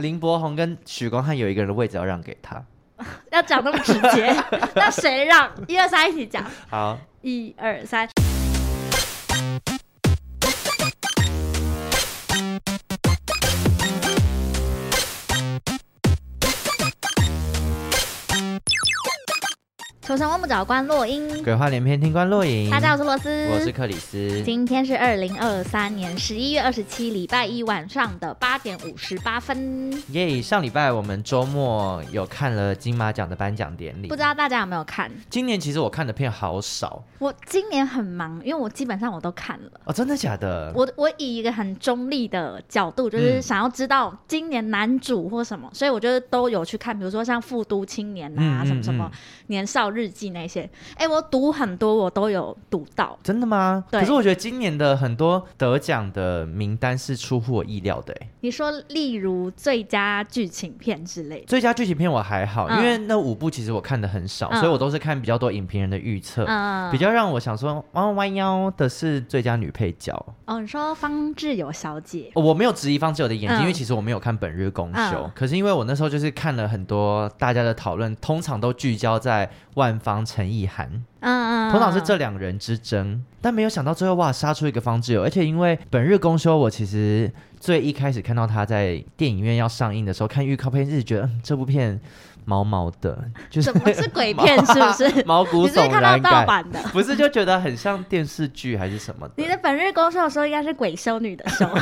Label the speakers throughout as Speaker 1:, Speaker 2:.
Speaker 1: 林柏宏跟许光汉有一个人的位置要让给他。
Speaker 2: 要讲那么直 接，那谁让？一二三，一起讲。
Speaker 1: 好，
Speaker 2: 一二三，求神问不着关落英。
Speaker 1: 鬼话连篇，听官落影。
Speaker 2: 大家好，我是罗斯，
Speaker 1: 我是克里斯。
Speaker 2: 今天是二零二三年十一月二十七，礼拜一晚上的八点五十八分。
Speaker 1: 耶上礼拜我们周末有看了金马奖的颁奖典礼
Speaker 2: 不。知道大家有没有看？
Speaker 1: 今年其实我看的片好少
Speaker 2: 我今年很忙，因为我基本上我都看了。
Speaker 1: 哦，真的假的？
Speaker 2: 我我以一个很中立的角度，就是
Speaker 1: 嗯
Speaker 2: 想要知道今年男主或什么，所以我就是都有去看，比如说像《复都青年》
Speaker 1: 嗯
Speaker 2: 啊，
Speaker 1: 嗯
Speaker 2: 什么什么
Speaker 1: 嗯
Speaker 2: 《年少日记》那些。哎、我读很多，我都有读到。
Speaker 1: 真的吗？
Speaker 2: 对
Speaker 1: 可是我觉得今年的很多得奖的名单是出乎我意料的、欸。
Speaker 2: 你说，例如最佳剧情片之类的，
Speaker 1: 最佳剧情片我还好，
Speaker 2: 嗯
Speaker 1: 因为那五部其实我看的很少，
Speaker 2: 嗯
Speaker 1: 所以我都是看比较多影评人的预测。
Speaker 2: 嗯，
Speaker 1: 呃比较让我想说，弯弯腰的是最佳女配角，
Speaker 2: 哦，你说方志友小姐，
Speaker 1: 哦我没有质疑方志友的演技，
Speaker 2: 嗯
Speaker 1: 因为其实我没有看《本日公休》
Speaker 2: 嗯
Speaker 1: 可是因为我那时候就是看了很多大家的讨论，通常都聚焦在万芳、陈意涵，
Speaker 2: 嗯嗯，
Speaker 1: 通常是这
Speaker 2: 嗯，
Speaker 1: 两人之争，但没有想到最后哇杀出一个方志友，而且因为《本日公休》，我其实最一开始看到他在电影院要上映的时候看预告片，一直觉得、嗯这部片毛毛的，就是
Speaker 2: 怎么是鬼片是 不是
Speaker 1: 毛骨
Speaker 2: 你是不是
Speaker 1: 悚
Speaker 2: 看到
Speaker 1: 然
Speaker 2: 盗
Speaker 1: 感，
Speaker 2: 版的？
Speaker 1: 不是就觉得很像电视剧还是什么
Speaker 2: 你的本日公休的时候应该是鬼修女 的时候，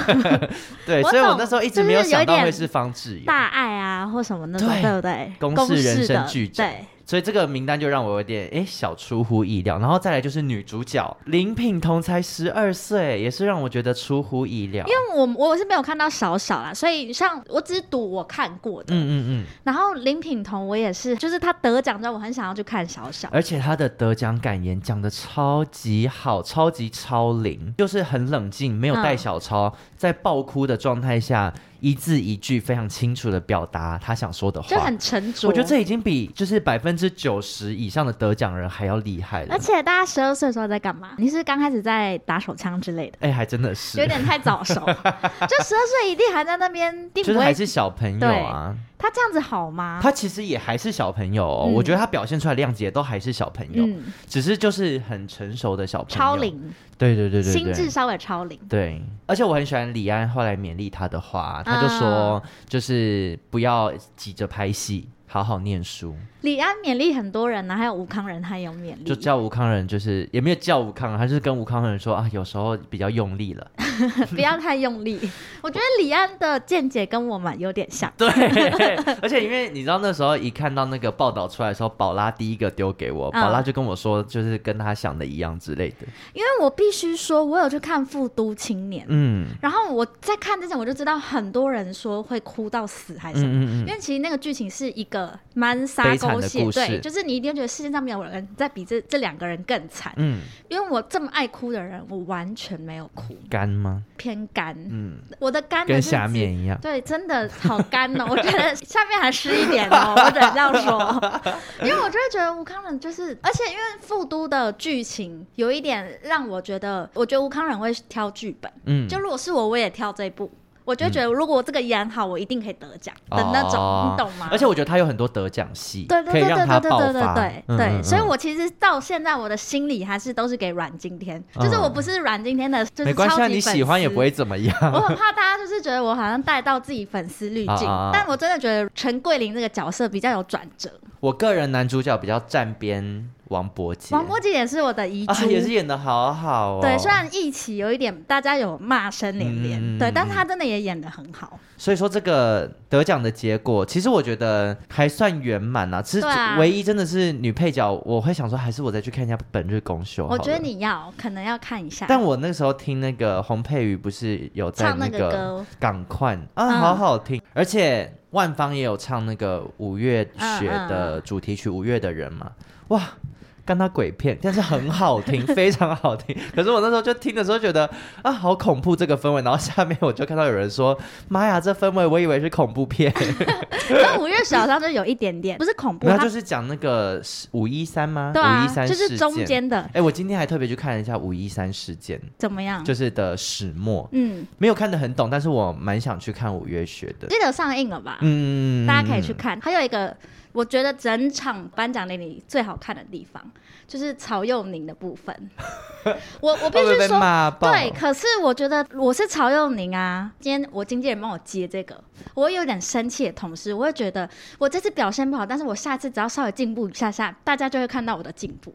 Speaker 1: 对，
Speaker 2: 我
Speaker 1: 所以我
Speaker 2: 懂
Speaker 1: 那时候一直
Speaker 2: 就是
Speaker 1: 没有
Speaker 2: 有
Speaker 1: 想到
Speaker 2: 点
Speaker 1: 会是方志友。
Speaker 2: 大爱啊或什么那种，
Speaker 1: 对
Speaker 2: 对不对？
Speaker 1: 公
Speaker 2: 式
Speaker 1: 式人生
Speaker 2: 的
Speaker 1: 剧展
Speaker 2: 对。
Speaker 1: 所以这个名单就让我有点诶小出乎意料，然后再来就是女主角林品彤才十二岁，也是让我觉得出乎意料。因为
Speaker 2: 我我是没有看到少少啦，所以像我只是赌我看过
Speaker 1: 嗯
Speaker 2: 的，
Speaker 1: 嗯嗯，
Speaker 2: 然后林品彤我也是，就是他得奖之后，我很想要去看少少。
Speaker 1: 而且她的得奖感言讲的超级好，超级超龄，就是很冷静，没有带小抄，在爆哭的状态下，一字一句非常清楚的表达她想说的话，
Speaker 2: 就很沉着，
Speaker 1: 我觉得这已经比就是百分之九十以上的得奖人还要厉害了
Speaker 2: 而。且大家十二岁的时候在干嘛？你是刚开始在打手枪之类的，
Speaker 1: 哎、还真的是，
Speaker 2: 有点太早 熟，就十二岁一定还在那边，定
Speaker 1: 就是
Speaker 2: 不
Speaker 1: 还
Speaker 2: 会。
Speaker 1: 是小朋友啊，
Speaker 2: 他这样子好吗？
Speaker 1: 他其实也还是小朋友哦、
Speaker 2: 啊嗯
Speaker 1: 我觉得他表现出来谅解都还是小朋友，
Speaker 2: 嗯，
Speaker 1: 只是就是很成熟的小朋友，
Speaker 2: 超，龄，
Speaker 1: 对对对对对，
Speaker 2: 心智稍微超龄。
Speaker 1: 对，而且我很喜欢李安后来勉励他的话，他就
Speaker 2: 啊
Speaker 1: 说就是不要急着拍戏，好好念书，
Speaker 2: 李安勉励很多人呢、啊还有吴康仁，他也有勉励，
Speaker 1: 就叫吴康仁，就是也没有叫吴康仁，他就是跟吴康仁说啊，有时候比较用力 了，
Speaker 2: 不要太用力。我觉得李安的见解跟我们有点像。
Speaker 1: 对，而且因为你知道那时候一看到那个报道出来的时候，宝拉第一个丢给我，
Speaker 2: 嗯
Speaker 1: 宝拉就跟我说，就是跟他想的一样之类的。
Speaker 2: 因为我必须说，我有去看《复都青年》
Speaker 1: 嗯
Speaker 2: 然后我在看之前我就知道很多人说会哭到死还是什么。
Speaker 1: 嗯嗯嗯，
Speaker 2: 因为其实那个剧情是一个蛮杀
Speaker 1: 悲
Speaker 2: 狗血，
Speaker 1: 惨的故
Speaker 2: 对，
Speaker 1: 事
Speaker 2: 就是你一定会觉得世界上没有人在比这这两个人更惨。
Speaker 1: 嗯，
Speaker 2: 因为我这么爱哭的人，我完全没有哭，
Speaker 1: 干吗？
Speaker 2: 偏干。
Speaker 1: 嗯，
Speaker 2: 我的干呢
Speaker 1: 跟
Speaker 2: 是
Speaker 1: 下
Speaker 2: 指
Speaker 1: 面一样。
Speaker 2: 对，真的好干哦！我觉得下面还湿一点哦，我只能这样 说。因为我就会觉得吴康仁就是，而且因为复都的剧情有一点让我觉得，我觉得吴康仁会挑剧本。
Speaker 1: 嗯，
Speaker 2: 就如果是我，我也挑这一部。我就会觉得，如果我这个演好，我一定可以得奖的那种，
Speaker 1: 哦
Speaker 2: 你懂吗？
Speaker 1: 而且我觉得他有很多得奖戏，
Speaker 2: 对对
Speaker 1: 可以
Speaker 2: 对
Speaker 1: 让
Speaker 2: 对
Speaker 1: 他
Speaker 2: 对对
Speaker 1: 爆
Speaker 2: 对
Speaker 1: 发。嗯
Speaker 2: 对对对，所以我其实到现在我的心里还是都是给阮经天，就是
Speaker 1: 嗯
Speaker 2: 我不是阮经天的，就是
Speaker 1: 没关系，
Speaker 2: 超
Speaker 1: 啊，
Speaker 2: 级
Speaker 1: 你
Speaker 2: 粉
Speaker 1: 喜欢也
Speaker 2: 丝
Speaker 1: 不会怎么样。
Speaker 2: 我很怕大家就是觉得我好像带到自己粉丝滤
Speaker 1: 啊
Speaker 2: 镜，
Speaker 1: 啊啊
Speaker 2: 但我真的觉得陈桂林这个角色比较有转折，
Speaker 1: 我个人男主角比较站边王伯杰，
Speaker 2: 王伯杰也是我的遗珠，
Speaker 1: 啊也是演的好好哦。
Speaker 2: 对，虽然一起有一点大家有骂声连连，
Speaker 1: 嗯
Speaker 2: 对，但是他真的也演的很好。
Speaker 1: 所以说这个得奖的结果，其实我觉得还算圆满啦。其实
Speaker 2: 对啊
Speaker 1: 唯一真的是女配角，我会想说还是我再去看一下本日公休。
Speaker 2: 我觉得。你要可能要看一下，
Speaker 1: 但我那时候听那个洪佩瑜不是有在
Speaker 2: 唱那个
Speaker 1: 个
Speaker 2: 歌，
Speaker 1: 港快啊，
Speaker 2: 嗯
Speaker 1: 好好听，而且万芳也有唱那个五月雪的主题曲《五月的人》嘛，哇，干他鬼片，但是很好 听，非常好听。可是我那时候就听的时候觉得啊，好恐怖这个氛围，然后下面我就看到有人说，妈呀，这氛围我以为是恐怖片，
Speaker 2: 跟五月 雪好像就有一点点，不是恐怖，
Speaker 1: 然
Speaker 2: 它
Speaker 1: 后就是讲那个五一三吗？
Speaker 2: 对啊
Speaker 1: 五一，三
Speaker 2: 就是中。间的
Speaker 1: 哎、我今天还特别去看了一下五一三事件，
Speaker 2: 怎么样？
Speaker 1: 就是的始末，
Speaker 2: 嗯，
Speaker 1: 没有看得很懂，但是我蛮想去看五月雪的。
Speaker 2: 记得上映了吧？
Speaker 1: 嗯，
Speaker 2: 大家可以去看。还有一个，我觉得整场颁奖典礼最好看的地方，就是曹佑宁的部分。 我我必
Speaker 1: 会不会
Speaker 2: 须
Speaker 1: 被
Speaker 2: 说。
Speaker 1: 骂爆？
Speaker 2: 对，可是我觉得我是曹佑宁啊。今天我经纪人帮我接这个，我有点生气的同时，我会觉得我这次表现不好，但是我下次只要稍微进步一下下，大家就会看到我的进步。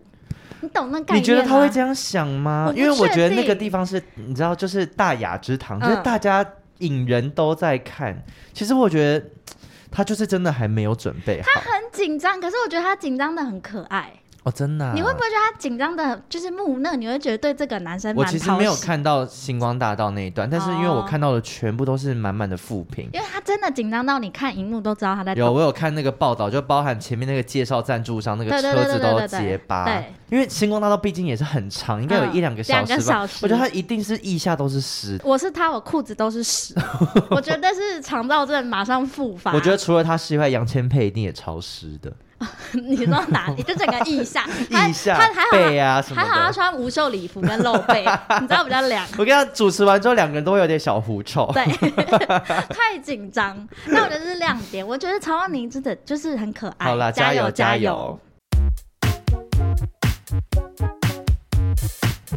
Speaker 2: 你懂那概
Speaker 1: 你
Speaker 2: 念
Speaker 1: 觉得他
Speaker 2: 吗
Speaker 1: 会这样想吗
Speaker 2: 啊我？不
Speaker 1: 因为我觉得那
Speaker 2: 确
Speaker 1: 个
Speaker 2: 定
Speaker 1: 地方是，你知道，就是大雅之堂，就是
Speaker 2: 嗯
Speaker 1: 大家引人都在看。其实我觉得他就是真的还没有准备好
Speaker 2: 很紧张，可是我觉得他紧张的很可爱。
Speaker 1: 哦，真的啊、
Speaker 2: 你会不会觉得他紧张的，就是木讷？你会觉得对这个男生
Speaker 1: 我
Speaker 2: 蛮
Speaker 1: 其实
Speaker 2: 讨
Speaker 1: 没有
Speaker 2: 喜，
Speaker 1: 看到星光大道那一段，但是因为我
Speaker 2: 哦
Speaker 1: 看到的全部都是满满的负评。
Speaker 2: 因为他真的紧张到你看荧幕都知道他在
Speaker 1: 有，
Speaker 2: 抖。
Speaker 1: 我有看那个报道，就包含前面那个介绍赞助商那个
Speaker 2: 对对
Speaker 1: 车
Speaker 2: 对
Speaker 1: 子
Speaker 2: 对
Speaker 1: 都
Speaker 2: 对对
Speaker 1: 结巴
Speaker 2: 对，
Speaker 1: 因为星光大道毕竟也是很长，应该有
Speaker 2: 嗯
Speaker 1: 一两个小
Speaker 2: 两个
Speaker 1: 时吧。
Speaker 2: 小时
Speaker 1: 我觉得他一定是腋下都是湿
Speaker 2: 我是他，我裤子都是屎， 我觉得是肠道症马上复发。
Speaker 1: 我觉得除了他湿以外，杨千佩一定也潮湿的，
Speaker 2: 你知道 哪里？就整个腋下，他
Speaker 1: 腋下
Speaker 2: 他还好
Speaker 1: 背啊什么
Speaker 2: 还好他
Speaker 1: 的。
Speaker 2: 穿无袖礼服跟露背， 你知道比较凉。
Speaker 1: 我跟他主持完之后，两个人都会有点小狐臭。
Speaker 2: 对， 太紧张。但我觉得这是亮点，我觉得曹望宁真的就是很可 爱。
Speaker 1: 好啦，加油
Speaker 2: 哎油
Speaker 1: 加
Speaker 2: 油！
Speaker 1: 油！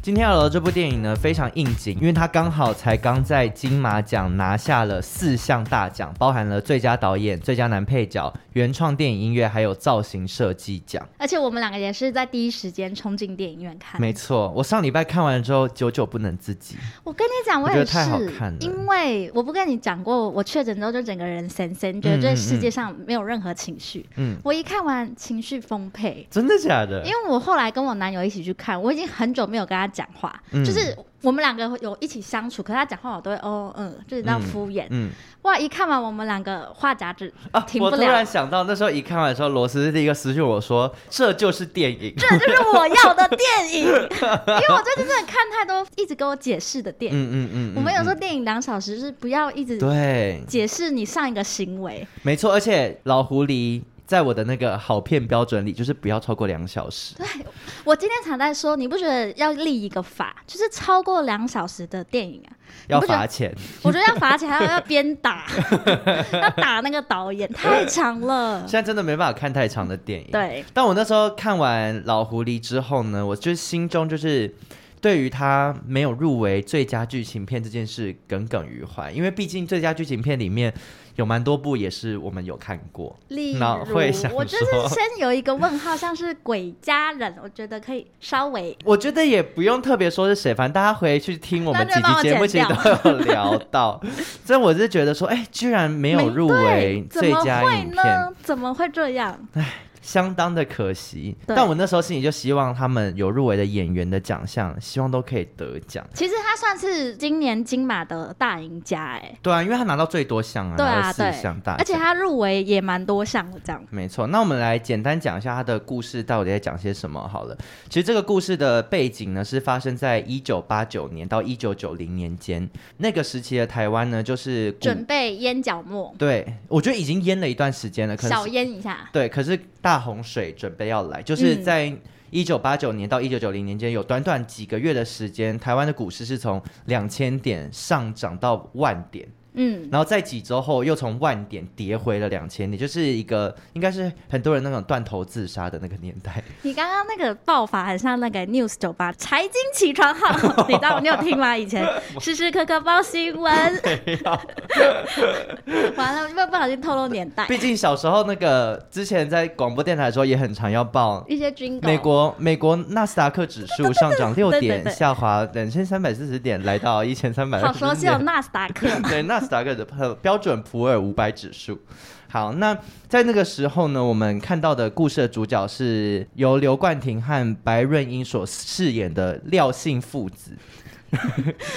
Speaker 1: 今天要聊的这部电影呢，非常应景，因为它刚好才刚在金马奖拿下了四项大奖，包含了最佳导演、最佳男配角、原创电影音乐，还有造型设计奖。
Speaker 2: 而且我们两个也是在第一时间冲进电影院看。
Speaker 1: 没错，我上礼拜看完之后，久久不能自己。
Speaker 2: 我跟你讲，
Speaker 1: 我
Speaker 2: 我
Speaker 1: 觉得
Speaker 2: 也
Speaker 1: 太好
Speaker 2: 是
Speaker 1: 看了，
Speaker 2: 因为我不跟你讲过，我确诊之后就整个人神神，
Speaker 1: 嗯
Speaker 2: 觉得
Speaker 1: 嗯
Speaker 2: 这世界上没有任何情绪。
Speaker 1: 嗯，
Speaker 2: 我一看完情绪丰沛，
Speaker 1: 真的假的？
Speaker 2: 因为我后来跟我男友一起去看，我已经很久没有跟他讲话，
Speaker 1: 嗯
Speaker 2: 就是我们两个有一起相处，可是他讲话我都会哦嗯，就是那样敷衍。
Speaker 1: 嗯。
Speaker 2: 哇，一看完我们两个话匣 子
Speaker 1: 啊！
Speaker 2: 停
Speaker 1: 我
Speaker 2: 不
Speaker 1: 突然
Speaker 2: 了，
Speaker 1: 想到，那时候一看完的时候，罗斯第一个私讯我说：“这就是电影。
Speaker 2: 这就是我要的电影，因为我最近真的看太多一直跟我解释的”电影。
Speaker 1: 嗯嗯嗯嗯
Speaker 2: 我们有时候
Speaker 1: 嗯
Speaker 2: 电影两小时是不要一直
Speaker 1: 对，
Speaker 2: 解释你上一个行为，
Speaker 1: 没错，而且老狐狸在我的那个好片标准里，就是不要超过两小时。
Speaker 2: 我今天才在说，你不觉得要立一个法，就是超过两小时的电影 啊，
Speaker 1: 要
Speaker 2: 你不嗯觉得
Speaker 1: 罚钱，
Speaker 2: 我觉得要罚钱，还要要鞭打， 要打那个导演，太 长了
Speaker 1: 现。在真的没办法看太长的电影。，
Speaker 2: 对，
Speaker 1: 但我那时候看完《老狐狸》之后呢，我就心中就是对于他没有入围最佳剧情片这件事耿耿于怀，因为毕竟最佳剧情片里面有蛮多部也是我们有看过。
Speaker 2: 例如
Speaker 1: 那会想
Speaker 2: 我就
Speaker 1: 说
Speaker 2: 是先有一个问号，像是鬼家人，我觉得可以稍微
Speaker 1: 我觉得也不用特别说是谁，反正大家回去听我们
Speaker 2: 那
Speaker 1: 几
Speaker 2: 就帮
Speaker 1: 集
Speaker 2: 我
Speaker 1: 节目，其
Speaker 2: 剪
Speaker 1: 实
Speaker 2: 掉
Speaker 1: 都有聊 到。所以我是觉得说，哎、居然没有入围
Speaker 2: 对
Speaker 1: 哎最佳影
Speaker 2: 怎么会
Speaker 1: 片，
Speaker 2: 呢？怎么会这样？
Speaker 1: 相当的可惜。
Speaker 2: 对
Speaker 1: 但我那时候心里就希望他们有入围的演员的奖项，希望都可以得奖。
Speaker 2: 其实他算是今年金马的大赢家哎、
Speaker 1: 对啊，因为他拿到最多项啊，
Speaker 2: 对
Speaker 1: 拿
Speaker 2: 啊
Speaker 1: 了
Speaker 2: 对
Speaker 1: 四项大奖，
Speaker 2: 而且他入围也蛮多项的这样。
Speaker 1: 没错，那我们来简单讲一下它的故事到底在讲些什么好了。其实这个故事的背景呢，是发生在一九八九年到一九九零年间，那个时期的台湾呢，就是古
Speaker 2: 准备烟角末，
Speaker 1: 对，我觉得已经淹了一段时间了，可
Speaker 2: 小
Speaker 1: 是
Speaker 2: 烟一下。
Speaker 1: 对，可是大洪水准备要来，就是
Speaker 2: 嗯
Speaker 1: 在一九八九年到一九九零年间，有短短几个月的时间，台湾的股市是从两千点上涨到万点。
Speaker 2: 嗯，
Speaker 1: 然后在几周后又从万点跌回了两千点，就是一个应该是很多人那种断头自杀的那个年代。
Speaker 2: 你刚刚那个爆法很像那个 News 酒吧财经 起床号，你知道你有听吗？以前时时刻刻报新闻，完了，不不小心透露年 代，
Speaker 1: 毕竟小时候那个之前在广播电台的时候也很常要报
Speaker 2: 一些军狗。
Speaker 1: 美国美国纳斯达克指数上涨六
Speaker 2: 对对
Speaker 1: 点，
Speaker 2: 对
Speaker 1: 下滑两千三百四十点，来到一千三百。
Speaker 2: 好熟悉 哦，纳斯达克。
Speaker 1: 对，纳斯达克的标标准普尔五百指数。好，那在那个时候呢，我们看到的故事的主角是由刘冠廷和白润英所饰演的廖姓父子。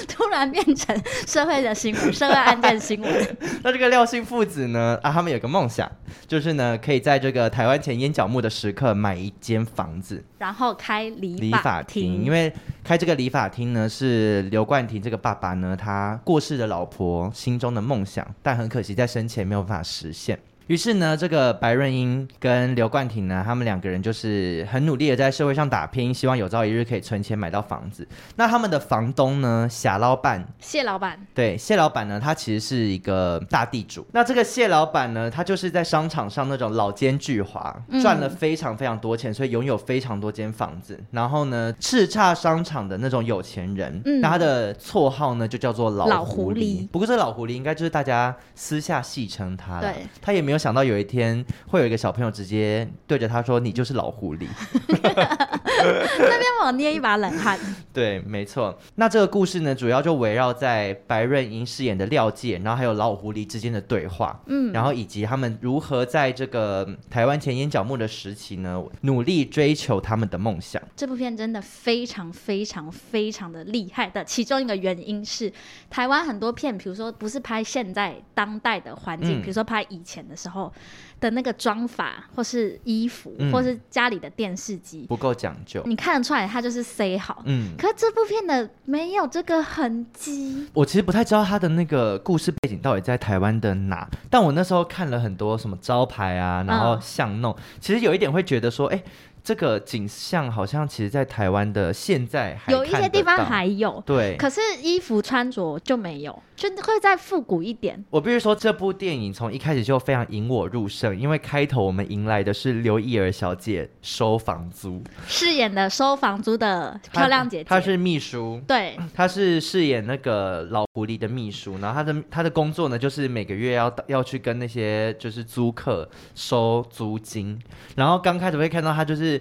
Speaker 2: 突然变成社会的新闻，社会案件新闻。
Speaker 1: 那这个廖姓父子呢，啊，他们有个梦想，就是呢，可以在这个台湾前烟角木的时刻买一间房子，
Speaker 2: 然后开理
Speaker 1: 理
Speaker 2: 法
Speaker 1: 发
Speaker 2: 庭，
Speaker 1: 厅。因为开这个理发厅呢，是刘冠廷这个爸爸呢，他过世的老婆心中的梦想，但很可惜在生前没有办法实现。于是呢，这个白润英跟刘冠廷呢，他们两个人就是很努力的在社会上打拼，希望有朝一日可以存钱买到房子。那他们的房东呢，霞老板
Speaker 2: 谢老板
Speaker 1: 对，谢老板呢，他其实是一个大地主。那这个谢老板呢，他就是在商场上那种老奸巨猾，
Speaker 2: 嗯
Speaker 1: 赚了非常非常多钱，所以拥有非常多间房子。然后呢，叱咤商场的那种有钱人，
Speaker 2: 嗯
Speaker 1: 那他的绰号呢就叫做老
Speaker 2: 老
Speaker 1: 狐
Speaker 2: 狐狸
Speaker 1: 不过这老狐狸应该就是大家私下戏称他了
Speaker 2: 对。
Speaker 1: 他也没有想到有一天会有一个小朋友直接对着他说：“你就是老狐狸。”
Speaker 2: 那边我捏一把冷汗，
Speaker 1: 对，没错。那这个故事呢，主要就围绕在白润英饰演的廖介，然后还有老狐狸之间的对话，嗯，然后以及他们如何在这个嗯台湾前烟角木的时期呢，努力追求他们的梦想。
Speaker 2: 这部片真的非常非常非常的厉害的。其中一个原因是，台湾很多片，比如说不是拍现在当代的环境，
Speaker 1: 嗯
Speaker 2: 比如说拍以前的时候的那个妆法，或是衣服，
Speaker 1: 嗯
Speaker 2: 或是家里的电视机，
Speaker 1: 不够讲究，
Speaker 2: 你看得出来它就是塞好。
Speaker 1: 嗯。
Speaker 2: 可这部片的没有这个痕迹，
Speaker 1: 我其实不太知道他的那个故事背景到底在台湾的哪，但我那时候看了很多什么招牌啊，然后
Speaker 2: 嗯
Speaker 1: 巷弄，其实有一点会觉得说，哎、这个景象好像其实在台湾的现在还
Speaker 2: 有一
Speaker 1: 看
Speaker 2: 些
Speaker 1: 得
Speaker 2: 地方
Speaker 1: 到
Speaker 2: 还有，
Speaker 1: 对，
Speaker 2: 可是衣服穿着就没有，就会再复古一点。
Speaker 1: 我必须说，这部电影从一开始就非常引我入胜，因为开头我们迎来的是刘亦儿小姐收房租，
Speaker 2: 饰演的收房租的
Speaker 1: 她
Speaker 2: 漂亮姐姐，
Speaker 1: 她是秘书，
Speaker 2: 对
Speaker 1: 她是饰演那个老狐狸的秘书，然后她的她的工作呢，就是每个月要要去跟那些就是租客收租金，然后刚开始会看到她就是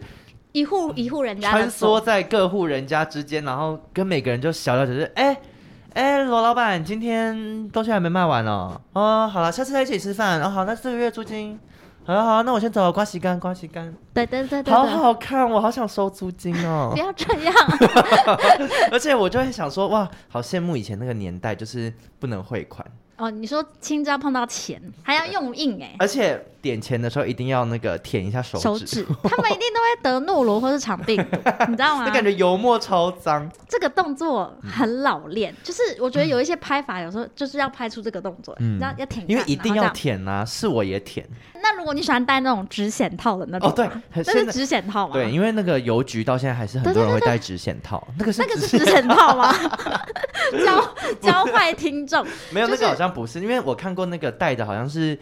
Speaker 2: 一户一户人家的
Speaker 1: 穿梭
Speaker 2: 锁
Speaker 1: 在各户人家之间，然后跟每个人就小小只是哎。哎，罗老板，今天东西还没卖完哦。哦，好了，下次再一起吃饭。哦，好，那这个月租金，好了好了，那我先走了，刮洗干，刮洗干。
Speaker 2: 对对对对
Speaker 1: 好
Speaker 2: 对，
Speaker 1: 好看，我好想收租金哦
Speaker 2: 不。要这样，
Speaker 1: 而且我就会想说，哇，好羡慕以前那个年代，就是不能汇款，
Speaker 2: 哦，你说青椒碰到钱还要用印哎、
Speaker 1: 而且点钱的时候一定要那个舔一下手指，
Speaker 2: 手指，他们一定都会得诺罗或是肠病 毒，你知道吗
Speaker 1: 那？感觉嗯油墨超脏。
Speaker 2: 这个动作很老练，就是我觉得
Speaker 1: 嗯
Speaker 2: 有一些拍法，有时候就是要拍出这个动作，你知道要挺，
Speaker 1: 因为一定
Speaker 2: 然
Speaker 1: 要
Speaker 2: 后这
Speaker 1: 舔啊，是我也舔。
Speaker 2: 样。那如果你喜欢戴那种直显套的那
Speaker 1: 哦，
Speaker 2: 种吗，
Speaker 1: 对，很
Speaker 2: 这
Speaker 1: 现
Speaker 2: 是
Speaker 1: 在
Speaker 2: 直显套啊吗？
Speaker 1: 对，因为那个邮局到现在还是很多人会戴纸显套，那个是
Speaker 2: 那个
Speaker 1: 纸
Speaker 2: 是直审套 吗？ 教教坏听众，
Speaker 1: 没有
Speaker 2: 就
Speaker 1: 那
Speaker 2: 是
Speaker 1: 个好像不是，因为我看过那个戴的好像是，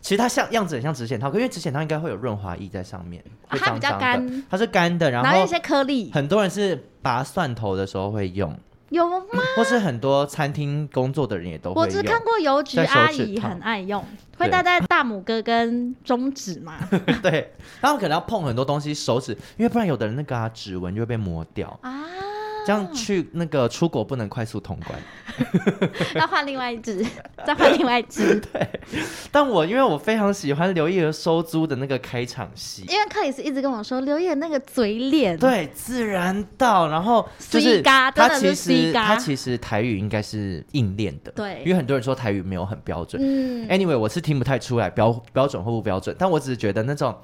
Speaker 1: 其实它像样子很像纸显套，可因为纸显套应该会有润滑液在上面，
Speaker 2: 啊
Speaker 1: 会
Speaker 2: 它
Speaker 1: 脏
Speaker 2: 比较
Speaker 1: 脏的
Speaker 2: 干，
Speaker 1: 它是干的，然
Speaker 2: 然后一
Speaker 1: 后
Speaker 2: 些颗粒
Speaker 1: 很多人是拔蒜头的时候会用，
Speaker 2: 有吗？
Speaker 1: 或是很多餐厅工作的人也都
Speaker 2: 我
Speaker 1: 会
Speaker 2: 只
Speaker 1: 用。
Speaker 2: 看过邮局
Speaker 1: 在手
Speaker 2: 阿
Speaker 1: 指
Speaker 2: 姨
Speaker 1: 套
Speaker 2: 很爱用，
Speaker 1: 对
Speaker 2: 会戴在大拇哥跟中 指嘛？
Speaker 1: 对，他们可能要碰很多东西，手指，因为不然有的人那个啊指纹就会被磨掉，
Speaker 2: 啊，
Speaker 1: 这样去那个出国不能快速通关。
Speaker 2: 要换另外一只，再换另外一 只，
Speaker 1: 但我因为我非常喜欢刘亦儿收租的那个开场戏，
Speaker 2: 因为克里斯一直跟我说刘烨那个嘴脸，
Speaker 1: 对，自然到，然后就
Speaker 2: C
Speaker 1: 是
Speaker 2: 嘎
Speaker 1: 他
Speaker 2: 真的
Speaker 1: 其
Speaker 2: 是 C
Speaker 1: 实他
Speaker 2: 嘎
Speaker 1: 其实台语应该是硬练的，
Speaker 2: 对
Speaker 1: 因为很多人说台语没有很标准。
Speaker 2: 嗯，
Speaker 1: Anyway，我是听不太出来标标准或不标准，但我只是觉得那种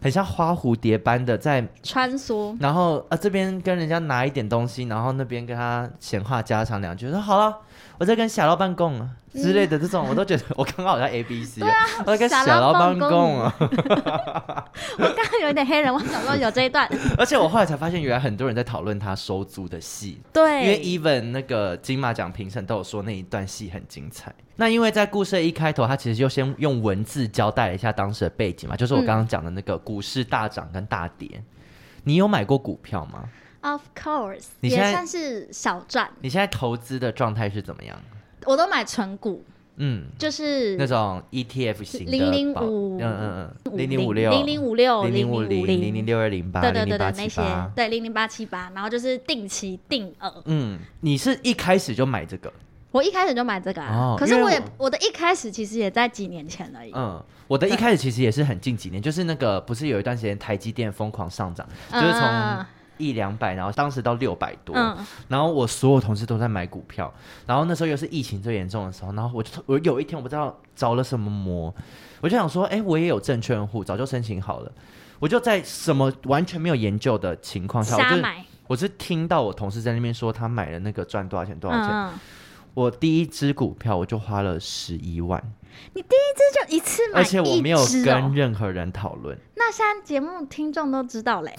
Speaker 1: 很像花蝴蝶般的在，
Speaker 2: 穿梭，
Speaker 1: 然后啊这边跟人家拿一点东西，然后那边跟他闲话家常两句，说好了，我在跟小老板共啊之类的这种，我都觉得我刚刚好像 A B C，、啊、我在跟
Speaker 2: 小
Speaker 1: 小
Speaker 2: 老
Speaker 1: 老
Speaker 2: 板
Speaker 1: 板
Speaker 2: 共
Speaker 1: 共啊。
Speaker 2: 我刚刚有点黑人，我想说有这 一段，
Speaker 1: 而且我后来才发现，原来很多人在讨论他收租的戏，因为
Speaker 2: 对，
Speaker 1: even 那个金马奖评审都有说那一段戏很精彩。那因为在故事的一开头，他其实就先用文字交代了一下当时的背景嘛，就是我刚刚讲的那个股市大涨跟大跌。你有买过股票吗？
Speaker 2: Of course，
Speaker 1: 你
Speaker 2: 也
Speaker 1: 现在
Speaker 2: 算是小赚，
Speaker 1: 你现在投资的状态是怎么样？
Speaker 2: 我都买纯股，
Speaker 1: 嗯，
Speaker 2: 就是
Speaker 1: 那种 ETF 型的
Speaker 2: 005
Speaker 1: 保嗯嗯嗯，零零五六，
Speaker 2: 零零五六、
Speaker 1: 零
Speaker 2: 零
Speaker 1: 零五零，零零
Speaker 2: 零
Speaker 1: 六二零八，
Speaker 2: 对对
Speaker 1: 零零
Speaker 2: 对对
Speaker 1: 八，
Speaker 2: 那
Speaker 1: 七
Speaker 2: 些
Speaker 1: 八。
Speaker 2: 对零零八七八，然后就是定期定额。
Speaker 1: 嗯，你是一开始就买这个？
Speaker 2: 我一开始就买这个啊
Speaker 1: 哦，
Speaker 2: 可是
Speaker 1: 因为
Speaker 2: 我也
Speaker 1: 我
Speaker 2: 我的一开始其实也在几年前而已。
Speaker 1: 嗯，我的一开始其实也是很近几年，就是那个不是有一段时间台积电疯狂上涨，就是
Speaker 2: 嗯
Speaker 1: 从一两百，然后当时到六百多，
Speaker 2: 嗯
Speaker 1: 然后我所有同事都在买股票，然后那时候又是疫情最严重的时候，然后我就突我有一天我不知道着了什么魔，我就想说，哎，我也有证券户，早就申请好了，我就在什么完全没有研究的情况下，我
Speaker 2: 瞎
Speaker 1: 就
Speaker 2: 买，
Speaker 1: 我是听到我同事在那边说他买了那个赚多少钱多少钱，
Speaker 2: 嗯，嗯
Speaker 1: 我第一只股票我就花了十一万，
Speaker 2: 这就一次买
Speaker 1: 而
Speaker 2: 一
Speaker 1: 且我没有
Speaker 2: 只哦
Speaker 1: 跟任何人讨论。
Speaker 2: 那现在节目听众都知道嘞，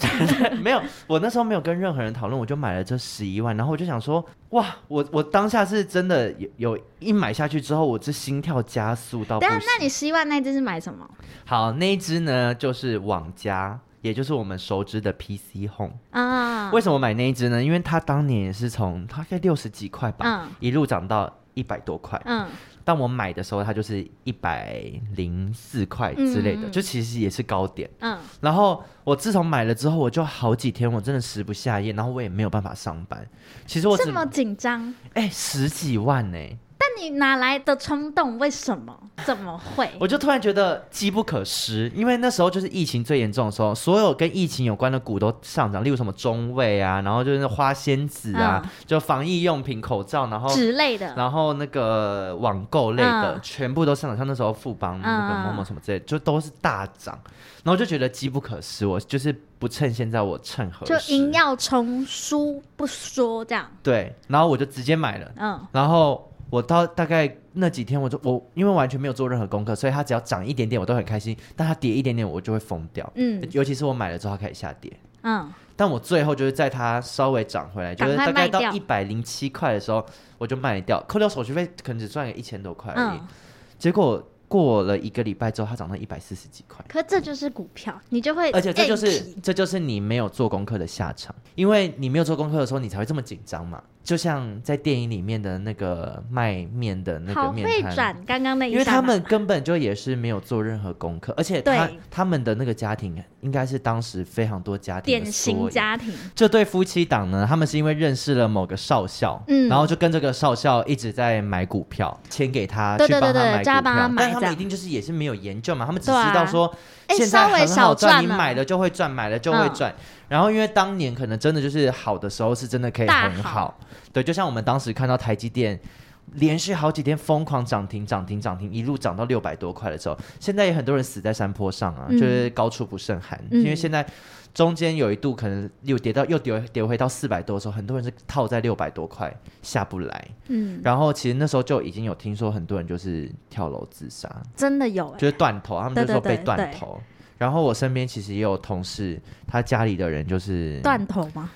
Speaker 1: 没有，我那时候没有跟任何人讨论，我就买了这十一万，然后我就想说，哇，我我当下是真的有有一买下去之后，我这心跳加速到不
Speaker 2: 等一
Speaker 1: 行
Speaker 2: 下，。那你十一万那只是买什么？
Speaker 1: 好，那一只呢就是网家，也就是我们熟知的 PC Home。
Speaker 2: 啊，
Speaker 1: 为什么买那一只呢？因为它当年也是从大概六十几块吧，
Speaker 2: 嗯
Speaker 1: 一路涨到一百多块。
Speaker 2: 嗯，
Speaker 1: 但我买的时候它就是一百零四块之类的，
Speaker 2: 嗯嗯嗯
Speaker 1: 就其实也是高点。
Speaker 2: 嗯，
Speaker 1: 然后我自从买了之后，我就好几天我真的食不下咽，然后我也没有办法上班。其实我
Speaker 2: 这
Speaker 1: 只
Speaker 2: 么紧张，
Speaker 1: 哎、十几万呢、
Speaker 2: 但你哪来的冲动？为什么？怎么会？
Speaker 1: 我就突然觉得机不可失，因为那时候就是疫情最严重的时候，所有跟疫情有关的股都上涨，例如什么中卫啊，然后就是那花仙子啊，
Speaker 2: 嗯
Speaker 1: 就防疫用品、口罩，然后
Speaker 2: 之类的，
Speaker 1: 然哦后那个网购类的、
Speaker 2: 嗯
Speaker 1: 全部都上涨，像那时候富邦、那个某某什么之类的，就都是大涨，然后就觉得机不可失，我就是不趁现在，我趁何
Speaker 2: 就
Speaker 1: 时？
Speaker 2: 赢要冲，输不说这样。
Speaker 1: 对，然后我就直接买了，
Speaker 2: 嗯，
Speaker 1: 然后我到大概那几天我就我因为完全没有做任何功课，所以它只要涨一点点我都很开心，但它跌一点点我就会疯掉。
Speaker 2: 嗯
Speaker 1: 尤其是我买了之后它开始下跌，
Speaker 2: 嗯，
Speaker 1: 但我最后就是在它稍微涨回来，就
Speaker 2: 赶
Speaker 1: 是
Speaker 2: 快
Speaker 1: 大概
Speaker 2: 卖
Speaker 1: 到
Speaker 2: 掉
Speaker 1: 一百零七块的时候我就卖掉，扣掉手续费可能只赚个一千多块而已。
Speaker 2: 嗯
Speaker 1: 结果过了一个礼拜之后，它涨到一百四十几块。
Speaker 2: 可这就是股票，你就会，
Speaker 1: 而且这就是这就是你没有做功课的下场，因为你没有做功课的时候，你才会这么紧张嘛。就像在电影里面的那个卖面的那个
Speaker 2: 好
Speaker 1: 面
Speaker 2: 会
Speaker 1: 摊，
Speaker 2: 转刚刚那一下嘛，
Speaker 1: 因为他们根本就也是没有做任何功课，而且他
Speaker 2: 对
Speaker 1: 他们的那个家庭应该是当时非常多家庭的
Speaker 2: 典
Speaker 1: 缩
Speaker 2: 型
Speaker 1: 影
Speaker 2: 家庭，
Speaker 1: 这对夫妻档呢，他们是因为认识了某个少校，
Speaker 2: 嗯
Speaker 1: 然后就跟这个少校一直在买股票，签给他
Speaker 2: 对
Speaker 1: 去帮
Speaker 2: 对对
Speaker 1: 他
Speaker 2: 对
Speaker 1: 买股
Speaker 2: 叫
Speaker 1: 票，
Speaker 2: 他帮他买
Speaker 1: 但他
Speaker 2: 这
Speaker 1: 们
Speaker 2: 样
Speaker 1: 一定就是也是没有研究嘛，他们只知
Speaker 2: 对啊
Speaker 1: 道说、
Speaker 2: 哎
Speaker 1: 现在
Speaker 2: 稍微
Speaker 1: 很好
Speaker 2: 少
Speaker 1: 赚，
Speaker 2: 赚嗯
Speaker 1: 你
Speaker 2: 了
Speaker 1: 买了就会赚，买了就会赚。然后因为当年可能真的就是好的时候是真的可以
Speaker 2: 大
Speaker 1: 很
Speaker 2: 好
Speaker 1: 对，就像我们当时看到台积电。连续好几天疯狂涨停，涨停，涨停，一路涨到六百多块的时候，现在也很多人死在山坡上啊，
Speaker 2: 嗯
Speaker 1: 就是高处不胜寒，
Speaker 2: 嗯
Speaker 1: 因为现在中间有一度可能又跌到又跌跌回到四百多的时候，很多人是套在六百多块下不来。
Speaker 2: 嗯，
Speaker 1: 然后其实那时候就已经有听说很多人就是跳楼自杀，
Speaker 2: 真的有哎
Speaker 1: 就，是断头，他们就说被
Speaker 2: 对对对
Speaker 1: 断
Speaker 2: 对
Speaker 1: 头。然后我身边其实也有同事，他家里的人就是
Speaker 2: 哎断头吗？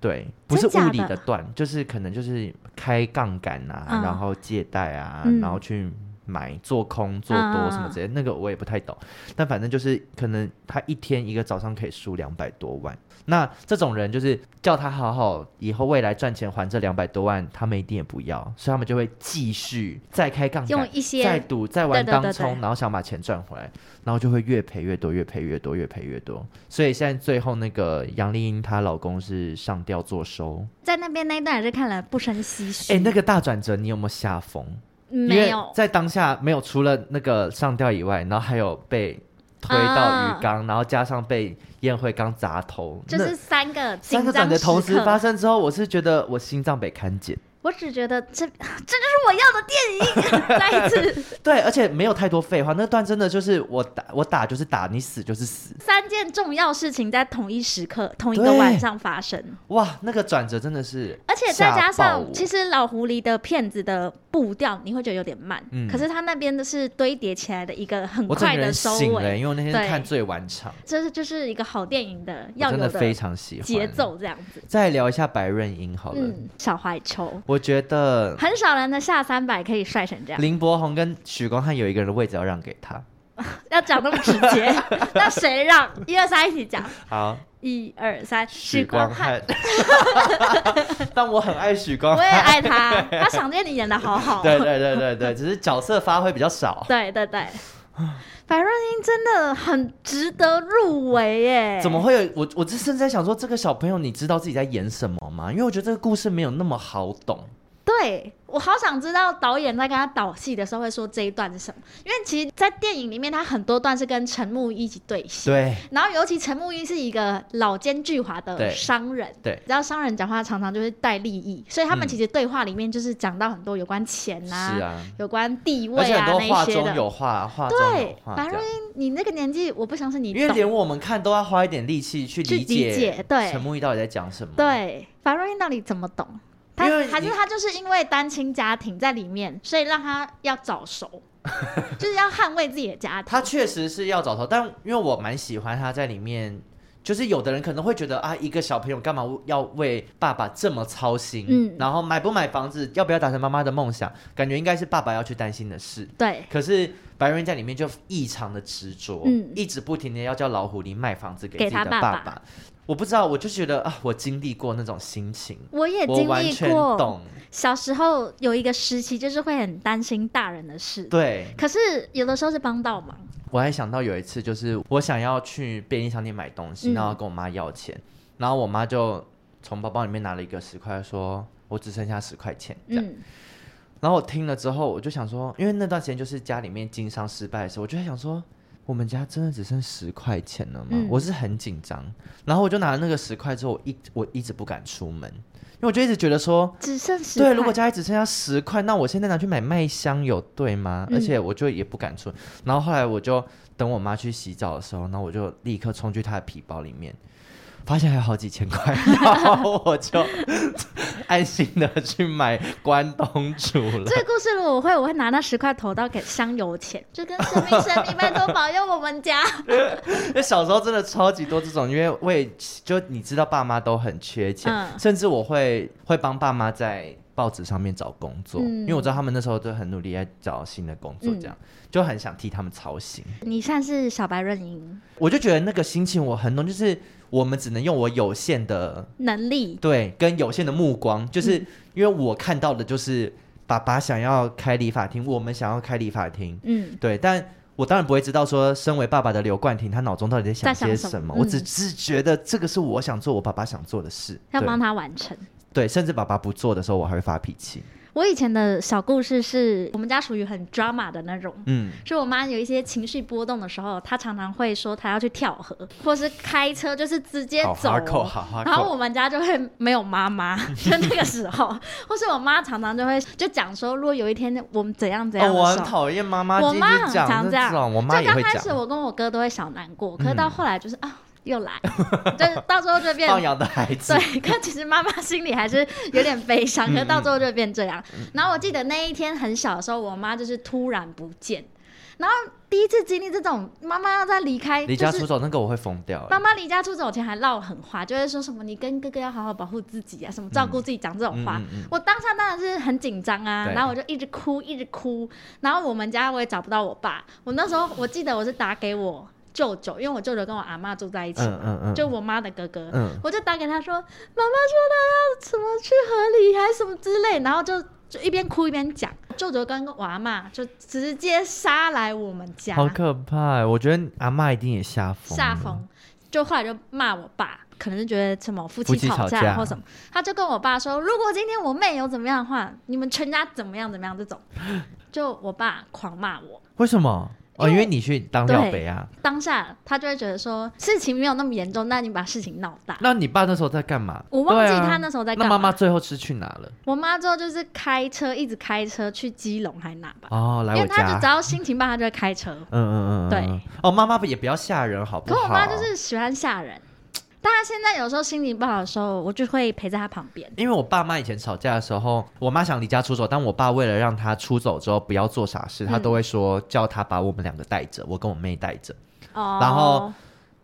Speaker 1: 对，不是
Speaker 2: 真假
Speaker 1: 物理
Speaker 2: 的
Speaker 1: 的断，就是可能就是开杠杆啊，
Speaker 2: 嗯
Speaker 1: 然后借贷啊，
Speaker 2: 嗯
Speaker 1: 然后去买做空做
Speaker 2: 嗯嗯
Speaker 1: 多
Speaker 2: 嗯
Speaker 1: 什么之类的，那个我也不太懂。但反正就是可能他一天一个早上可以输两百多万，那这种人就是叫他好好以后未来赚钱还这两百多万，他们一定也不要，所以他们就会继续再开杠杆
Speaker 2: 用。一
Speaker 1: 再
Speaker 2: 些
Speaker 1: 赌，再玩
Speaker 2: 对对
Speaker 1: 当
Speaker 2: 对
Speaker 1: 冲，
Speaker 2: 对
Speaker 1: 然后想把钱赚回来，然后就会越赔越多，越赔越多，越赔越多。所以现在最后那个杨丽英她老公是上吊做收，
Speaker 2: 在那边那一段也是看了不胜唏嘘，
Speaker 1: 哎、那个大转折你有没有吓疯？
Speaker 2: 没
Speaker 1: 因为
Speaker 2: 有
Speaker 1: 在当下没有除了那个上吊以外，然后还有被推到
Speaker 2: 啊
Speaker 1: 鱼缸，然后加上被宴会缸砸头，
Speaker 2: 就是
Speaker 1: 那
Speaker 2: 三个紧
Speaker 1: 三个转
Speaker 2: 张
Speaker 1: 折
Speaker 2: 时
Speaker 1: 同时
Speaker 2: 刻
Speaker 1: 发生之后，我是觉得我心脏被看见。
Speaker 2: 我只觉得这这就是我要的电影， 再一 次
Speaker 1: 对，而且没有太多废话，那段真的就是我打我打就是打，你死就是死。
Speaker 2: 三件重要事情在同一时刻、同一个
Speaker 1: 对
Speaker 2: 晚上发生，
Speaker 1: 哇，那个转折真的是吓爆我，
Speaker 2: 而且再加上，其实老狐狸的片子的步调你会觉得有点慢，
Speaker 1: 嗯
Speaker 2: 可是他那边的是堆叠起来的一个很
Speaker 1: 我整
Speaker 2: 快
Speaker 1: 个
Speaker 2: 的
Speaker 1: 人
Speaker 2: 收
Speaker 1: 醒了，
Speaker 2: 尾，
Speaker 1: 因为我那天
Speaker 2: 对
Speaker 1: 看最晚场，
Speaker 2: 这是就是一个好电影的
Speaker 1: 我
Speaker 2: 要
Speaker 1: 真
Speaker 2: 有
Speaker 1: 的非常喜欢
Speaker 2: 节。奏这样子。
Speaker 1: 再聊一下白润英好了，
Speaker 2: 嗯，小怀秋，
Speaker 1: 我觉得
Speaker 2: 很少人的下三百可以帅成这样。
Speaker 1: 林柏宏跟许光汉有一个人的位置要让给他，
Speaker 2: 要讲那么直 接，那谁让一二三一起讲？
Speaker 1: 好，
Speaker 2: 一二三，
Speaker 1: 许
Speaker 2: 许
Speaker 1: 光
Speaker 2: 光
Speaker 1: 汉
Speaker 2: 汉，。
Speaker 1: 但我很爱许光
Speaker 2: 我也
Speaker 1: 汉。
Speaker 2: 爱他，他想念你演的好好。
Speaker 1: 对对对对对，只是角色发挥比较少。
Speaker 2: 对对对，白若英真的很值得入围耶。
Speaker 1: 怎么？会有我？我这甚至在想说，这个小朋友你知道自己在演什么吗？因为我觉得这个故事没有那么好懂。
Speaker 2: 对我好想知道导演在跟他导戏的时候会说这一段是什么，因为其实，在电影里面，他很多段是跟陈木一起对戏。
Speaker 1: 对
Speaker 2: 然后，尤其陈木一是一个老奸巨猾的
Speaker 1: 对
Speaker 2: 商人，
Speaker 1: 对
Speaker 2: 你知道商人讲话常常就是带利益，所以他们
Speaker 1: 嗯
Speaker 2: 其实对话里面就是讲到很多有关钱
Speaker 1: 是啊，
Speaker 2: 有关地
Speaker 1: 而
Speaker 2: 位
Speaker 1: 且
Speaker 2: 啊
Speaker 1: 很多
Speaker 2: 那
Speaker 1: 话
Speaker 2: 一些
Speaker 1: 中
Speaker 2: 的。
Speaker 1: 有话，话中有
Speaker 2: 对，
Speaker 1: 话
Speaker 2: 白
Speaker 1: 这
Speaker 2: 若
Speaker 1: 样。
Speaker 2: 英，你那个年纪，我不相信你
Speaker 1: 因为
Speaker 2: 懂。
Speaker 1: 连我们看都要花一点力气去
Speaker 2: 去
Speaker 1: 理
Speaker 2: 理解对
Speaker 1: 陈木易到底在讲什么。，
Speaker 2: 对，白若英到底怎么懂？他
Speaker 1: 因为
Speaker 2: 还是
Speaker 1: 你
Speaker 2: 他就是因为单亲家庭在里面，所以让他要早 熟，就是要捍卫自己的家庭。
Speaker 1: 他确实是要找头，但因为我蛮喜欢他在里面，就是有的人可能会觉得啊，一个小朋友干嘛要为爸爸这么操心？
Speaker 2: 嗯
Speaker 1: 然后买不买房子，要不要达成妈妈的梦想，感觉应该是爸爸要去担心的事。
Speaker 2: 对
Speaker 1: 可是白瑞在里面就异常的执着，
Speaker 2: 嗯
Speaker 1: 一直不停的要叫老狐狸卖房子给自
Speaker 2: 给
Speaker 1: 己的
Speaker 2: 他
Speaker 1: 爸
Speaker 2: 爸爸
Speaker 1: 我不知道，我就觉得啊，我经历过那种心情，
Speaker 2: 我也
Speaker 1: 我
Speaker 2: 经
Speaker 1: 完
Speaker 2: 历
Speaker 1: 全
Speaker 2: 过，
Speaker 1: 懂。
Speaker 2: 小时候有一个时期，就是会很担心大人的事。
Speaker 1: 对，
Speaker 2: 可是有的时候是帮到忙，
Speaker 1: 我还想到有一次，就是我想要去便利商店买东西，
Speaker 2: 嗯
Speaker 1: 然后跟我妈要钱，然后我妈就从包包里面拿了一个十块，说我只剩下十块钱这样。
Speaker 2: 嗯，
Speaker 1: 然后我听了之后，我就想说，因为那段时间就是家里面经商失败的时候，我就在想说。我们家真的只剩十块钱了吗？
Speaker 2: 嗯
Speaker 1: 我是很紧张，然后我就拿了那个十块之后，我一我一直不敢出门，因为我就一直觉得说，
Speaker 2: 只剩十
Speaker 1: 对，如
Speaker 2: 块
Speaker 1: 果家里只剩下十块，那我现在拿去买麦香有对吗？
Speaker 2: 嗯
Speaker 1: 而且我就也不敢出。然后后来我就等我妈去洗澡的时候，然后我就立刻冲去她的皮包里面，发现还有好几千块， 然后我就安心的去买关东煮了
Speaker 2: 这。个故事如果我会，我会拿那十块投到给香油钱，就跟神明神明拜托保佑我们家。
Speaker 1: 因为小时候真的超级多这种，因为我也就你知道，爸妈都很缺钱，
Speaker 2: 嗯
Speaker 1: 甚至我会会帮爸妈在报纸上面找工作，
Speaker 2: 嗯
Speaker 1: 因为我知道他们那时候都很努力在找新的工作，这样、就很想替他们操心。
Speaker 2: 你算是小白润英
Speaker 1: 我就觉得那个心情我很懂，就是我们只能用我有限的
Speaker 2: 能力，
Speaker 1: 对跟有限的目光，就是
Speaker 2: 嗯
Speaker 1: 因为我看到的就是爸爸想要开理发厅，我们想要开理发厅，
Speaker 2: 嗯，
Speaker 1: 对，但我当然不会知道说，身为爸爸的刘冠廷，他脑中到底在想
Speaker 2: 在想
Speaker 1: 些
Speaker 2: 什
Speaker 1: 什么。
Speaker 2: 么
Speaker 1: 我
Speaker 2: 嗯
Speaker 1: 只是觉得这个是我想做，我爸爸想做的事。
Speaker 2: 要
Speaker 1: 对
Speaker 2: 帮他完成。
Speaker 1: 对，甚至爸爸不做的时候，我还会发脾气。
Speaker 2: 我以前的小故事是我们家属于很 drama 的那种。
Speaker 1: 嗯，
Speaker 2: 就我妈有一些情绪波动的时候，她常常会说她要去跳河，或是开车，就是直接
Speaker 1: 好
Speaker 2: 走
Speaker 1: 哈扣，好哈
Speaker 2: 然后
Speaker 1: 扣。
Speaker 2: 我们家就会没有 妈妈，就那个时候，或是我妈常常就会就讲说，如果有一天我们怎样怎样
Speaker 1: 哦，
Speaker 2: 的
Speaker 1: 我
Speaker 2: 时
Speaker 1: 很
Speaker 2: 候，
Speaker 1: 讨厌妈妈
Speaker 2: 我
Speaker 1: 一
Speaker 2: 妈
Speaker 1: 直
Speaker 2: 很
Speaker 1: 讲
Speaker 2: 常这
Speaker 1: 这
Speaker 2: 样
Speaker 1: 种，我妈
Speaker 2: 就
Speaker 1: 也
Speaker 2: 刚
Speaker 1: 会
Speaker 2: 开始
Speaker 1: 讲。
Speaker 2: 我跟我哥都会小难过，可是
Speaker 1: 嗯
Speaker 2: 到后来就是、啊，又 来，就是到最后就变
Speaker 1: 放羊的孩子，
Speaker 2: 对，可其实妈妈心里还是有点悲伤，可是
Speaker 1: 嗯
Speaker 2: 到最后就变这样。然后我记得那一天很小的时候，我妈就是突然不见，然后第一次经历这种妈妈要在离开，
Speaker 1: 离
Speaker 2: 就
Speaker 1: 家出
Speaker 2: 是
Speaker 1: 走那个我会疯掉。
Speaker 2: 妈妈离家出走前还唠狠话，就会说什么你跟哥哥要好好保护自己啊，什么照顾自己，讲这种话。
Speaker 1: 嗯嗯嗯
Speaker 2: 我当下当然是很紧张啊，
Speaker 1: 对
Speaker 2: 然后我就一直哭，一直哭。然后我们家我也找不到我爸，我那时候我记得我是打给我舅舅，因为我舅舅跟我阿妈住在一起嘛，
Speaker 1: 嗯嗯嗯
Speaker 2: 就我妈的哥哥，
Speaker 1: 嗯
Speaker 2: 我就打给他说，妈妈说她要什么去河里还是什么之类，然后就就一边哭一边讲，舅舅跟我阿妈就直接杀来我们家，
Speaker 1: 好可怕！我觉得阿妈一定也吓疯，
Speaker 2: 下风，就后来就骂我爸，可能是觉得什么夫
Speaker 1: 夫
Speaker 2: 妻
Speaker 1: 妻吵
Speaker 2: 吵
Speaker 1: 架
Speaker 2: 或什么，他就跟我爸说，如果今天我妹有怎么样的话，你们全家怎么样怎么 样这种，就我爸狂骂我。
Speaker 1: 为什么？哦，
Speaker 2: 因
Speaker 1: 因
Speaker 2: 为
Speaker 1: 为你去当廖北啊。
Speaker 2: 当下他就会觉得说事情没有那么严重，那你把事情闹大。
Speaker 1: 那你爸那时候在干嘛？
Speaker 2: 我忘记
Speaker 1: 对啊
Speaker 2: 他那时候在干
Speaker 1: 啊那
Speaker 2: 嘛
Speaker 1: 妈妈最后是去哪了？
Speaker 2: 我妈之后就是开车一直开车去基隆还哪吧，
Speaker 1: 哦，来我
Speaker 2: 因为她就
Speaker 1: 家
Speaker 2: 只。要心情不好，她就会开车。
Speaker 1: 嗯嗯嗯嗯，
Speaker 2: 对
Speaker 1: 嗯。哦，妈妈也不要吓人，好不
Speaker 2: 可
Speaker 1: 好？
Speaker 2: 我妈就是喜欢吓人，但她现在有时候心情不好的时候，我就会陪在她旁边。
Speaker 1: 因为我爸妈以前吵架的时候，我妈想离家出走，但我爸为了让她出走之后不要做傻事，他
Speaker 2: 嗯
Speaker 1: 都会说叫她把我们两个带着，我跟我妹带着。
Speaker 2: 哦，
Speaker 1: 然后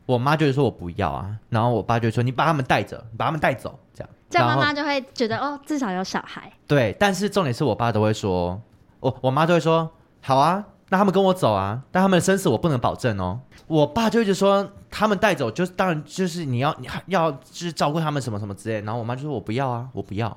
Speaker 1: 我妈就是说我不要啊，然后我爸就说你把他们带着，你把他们带走，这样。
Speaker 2: 这样妈
Speaker 1: 然后
Speaker 2: 妈就会觉得哦，至少有小孩。
Speaker 1: 对，但是重点是我爸都会说，我我妈都会说，好啊，那他们跟我走啊，但他们的生死我不能保证哦。我爸就一直说他们带走，就是当然就是你要你要就是照顾他们什么什么之类的。然后我妈就说我不要啊，我不要。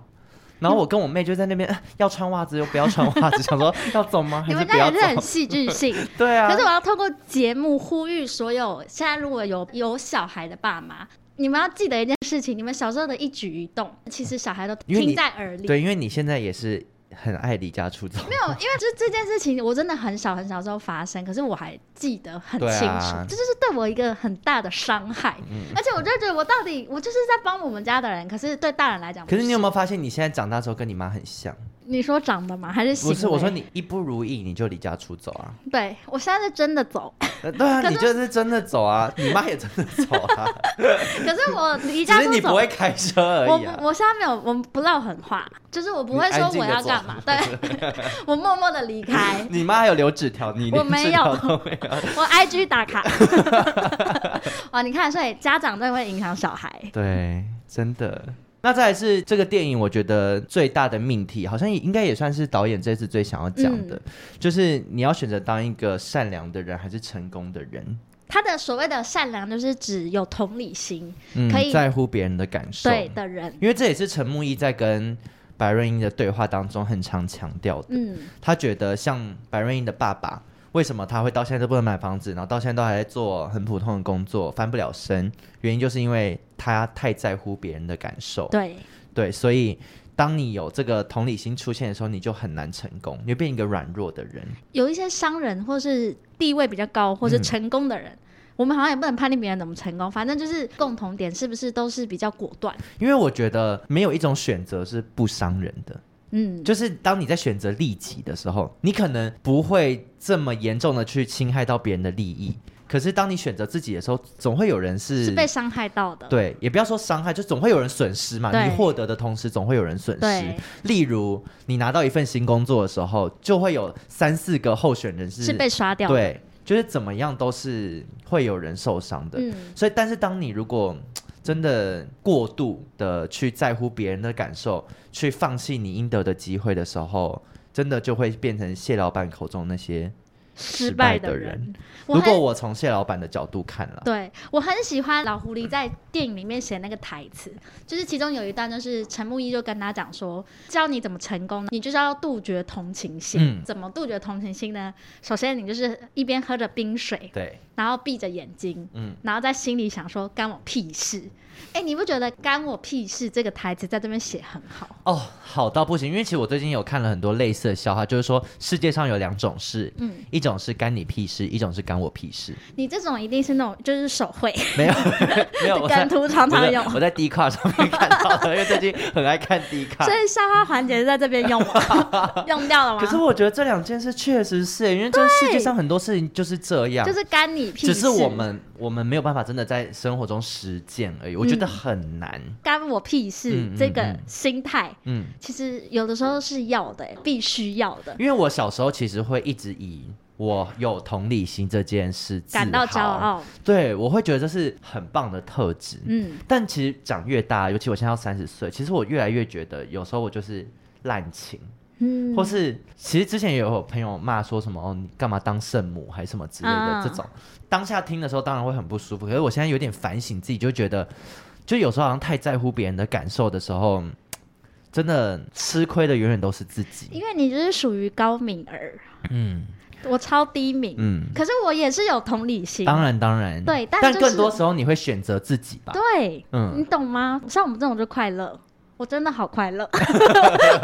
Speaker 1: 然后我跟我妹就在那边、 呃要穿袜子又不要穿袜子，想说要走吗？还
Speaker 2: 你
Speaker 1: 是
Speaker 2: 们
Speaker 1: 不
Speaker 2: 家
Speaker 1: 要
Speaker 2: 也是很
Speaker 1: 走？
Speaker 2: 戏剧性。
Speaker 1: 对啊
Speaker 2: 可是，我要透过节目呼吁所有现在如果有有小孩的爸妈，你们要记得一件事情：你们小时候的一举一动，其实小孩都
Speaker 1: 因为你
Speaker 2: 听在耳里。
Speaker 1: 对，因为你现在也是很爱离家出走，
Speaker 2: 没有，因为这这件事情我真的很小很小时候发生，可是我还记得很
Speaker 1: 对
Speaker 2: 清楚，
Speaker 1: 啊嗯
Speaker 2: 这就是对我一个很大的伤害。而且我就觉得我到底我就是在帮我们家的人，可是对大人来讲不，
Speaker 1: 可是你有没有发现你现在长大之后跟你妈很像？
Speaker 2: 你说长得吗？还是行
Speaker 1: 不
Speaker 2: 欸为？
Speaker 1: 是，我说你一不如意你就离家出走啊。
Speaker 2: 对我现在是真的走，
Speaker 1: 呃 对啊，
Speaker 2: 可是
Speaker 1: 你就是真的走啊，你妈也真的走 啊，
Speaker 2: 可是我离
Speaker 1: 只
Speaker 2: 家
Speaker 1: 是
Speaker 2: 出
Speaker 1: 你不
Speaker 2: 走。
Speaker 1: 会开车
Speaker 2: 我
Speaker 1: 而已啊
Speaker 2: 不。我现在没有，我不撂狠话，就是我不会
Speaker 1: 你安
Speaker 2: 说
Speaker 1: 静
Speaker 2: 我
Speaker 1: 地
Speaker 2: 要
Speaker 1: 走，
Speaker 2: 干嘛，对我默默的离开
Speaker 1: 你妈还有留纸条，你
Speaker 2: 我
Speaker 1: 连
Speaker 2: 没
Speaker 1: 纸
Speaker 2: 有
Speaker 1: 条都没 有。
Speaker 2: 我 IG 打卡。哇，你看，所以家长真的会影响小孩。
Speaker 1: 对，真的。那再来是这个电影，我觉得最大的命题，好像也应该也算是导演这次最想要讲的，
Speaker 2: 嗯
Speaker 1: 就是你要选择当一个善良的人还是成功的人，
Speaker 2: 他的所谓的善良，就是指有同理心
Speaker 1: 嗯
Speaker 2: 可以，
Speaker 1: 在乎别人的感受。
Speaker 2: 对的人。
Speaker 1: 因为这也是陈木易在跟白润英的对话当中很常强调的。
Speaker 2: 嗯，
Speaker 1: 他觉得像白瑞英的爸爸，为什么他会到现在都不能买房子，然后到现在都还在做很普通的工作，翻不了身？原因就是因为他太在乎别人的感受。
Speaker 2: 对，
Speaker 1: 对，所以当你有这个同理心出现的时候，你就很难成功，你会变一个软弱的人。
Speaker 2: 有一些商人或是地位比较高或是成功的人。我们好像也不能判定别人怎么成功，反正就是共同点是不是都是比较果断？
Speaker 1: 因为我觉得没有一种选择是不伤人的，
Speaker 2: 嗯，
Speaker 1: 就是当你在选择利己的时候，你可能不会这么严重的去侵害到别人的利益。可是当你选择自己的时候，总会有人
Speaker 2: 是被伤害到的。
Speaker 1: 对，也不要说伤害，就总会有人损失嘛。
Speaker 2: 对
Speaker 1: 你获得的同时，总会有人损失
Speaker 2: 对。
Speaker 1: 例如，你拿到一份新工作的时候，就会有三四个候选人是
Speaker 2: 是被刷掉的。
Speaker 1: 对，就是怎么样都是会有人受伤的。
Speaker 2: 嗯，
Speaker 1: 所以，但是当你如果真的过度的去在乎别人的感受，去放弃你应得的机会的时候，真的就会变成谢老板口中那些
Speaker 2: 失
Speaker 1: 败
Speaker 2: 败的
Speaker 1: 人。
Speaker 2: 人。我
Speaker 1: 如
Speaker 2: 很
Speaker 1: 果我从谢老板的角度看了，
Speaker 2: 对我很喜欢老狐狸在电影里面写那个台词，就是其中有一段就是陈木易就跟他讲说，教你怎么成功，你就是要杜绝同情心。
Speaker 1: 嗯
Speaker 2: 怎么杜绝同情心呢？首先你就是一边喝着冰水，
Speaker 1: 对，
Speaker 2: 然后闭着眼睛，
Speaker 1: 嗯
Speaker 2: 然后在心里想说干我屁事。哎，你不觉得“干我屁事”这个台词在这边写很好？
Speaker 1: 哦，好到不行，因为其实我最近有看了很多类似的笑话，就是说世界上有两种事，
Speaker 2: 嗯，
Speaker 1: 一种是干你屁事，一种是干我屁事。
Speaker 2: 你这种一定是那种就是手绘，
Speaker 1: 没有， 没有，我在
Speaker 2: 梗图常常有
Speaker 1: 我在我在 D 卡上面看到的，因为最近很爱看 D 卡
Speaker 2: 所。以笑话环节是在这边用 吗？用掉了吗？
Speaker 1: 可是我觉得这两件事确实是，因为这世界上很多事情就是这样，
Speaker 2: 就是干你屁事，
Speaker 1: 只是我们我们没有办法真的在生活中实践而已，我觉
Speaker 2: 嗯
Speaker 1: 得很难。
Speaker 2: 干我屁事、
Speaker 1: 嗯嗯
Speaker 2: 这个
Speaker 1: 嗯
Speaker 2: 心态，
Speaker 1: 嗯，
Speaker 2: 其实有的时候是要的、欸必须要的。
Speaker 1: 因为我小时候其实会一直以我有同理心这件事自
Speaker 2: 感到
Speaker 1: 豪
Speaker 2: 骄傲，
Speaker 1: 对，我会觉得这是很棒的特质。
Speaker 2: 嗯，
Speaker 1: 但其实长越大，尤其我现在要三十岁，其实我越来越觉得，有时候我就是滥情，
Speaker 2: 嗯，
Speaker 1: 或是其实之前也有朋友骂说什么哦，你干嘛当圣母还是什么之类的、
Speaker 2: 嗯
Speaker 1: 这种，当下听的时候当然会很不舒服，可是我现在有点反省自己，就觉得，就有时候好像太在乎别人的感受的时候，嗯真的吃亏的永远都是自己。
Speaker 2: 因为你就是属于高敏儿，
Speaker 1: 嗯
Speaker 2: 我超低敏，
Speaker 1: 嗯，
Speaker 2: 可是我也是有同理心，
Speaker 1: 当然当然，
Speaker 2: 对但
Speaker 1: 但
Speaker 2: 就是
Speaker 1: 更多时候你会选择自己吧。
Speaker 2: 对，
Speaker 1: 嗯
Speaker 2: 你懂吗？像我们这种就快乐。我真的好快乐，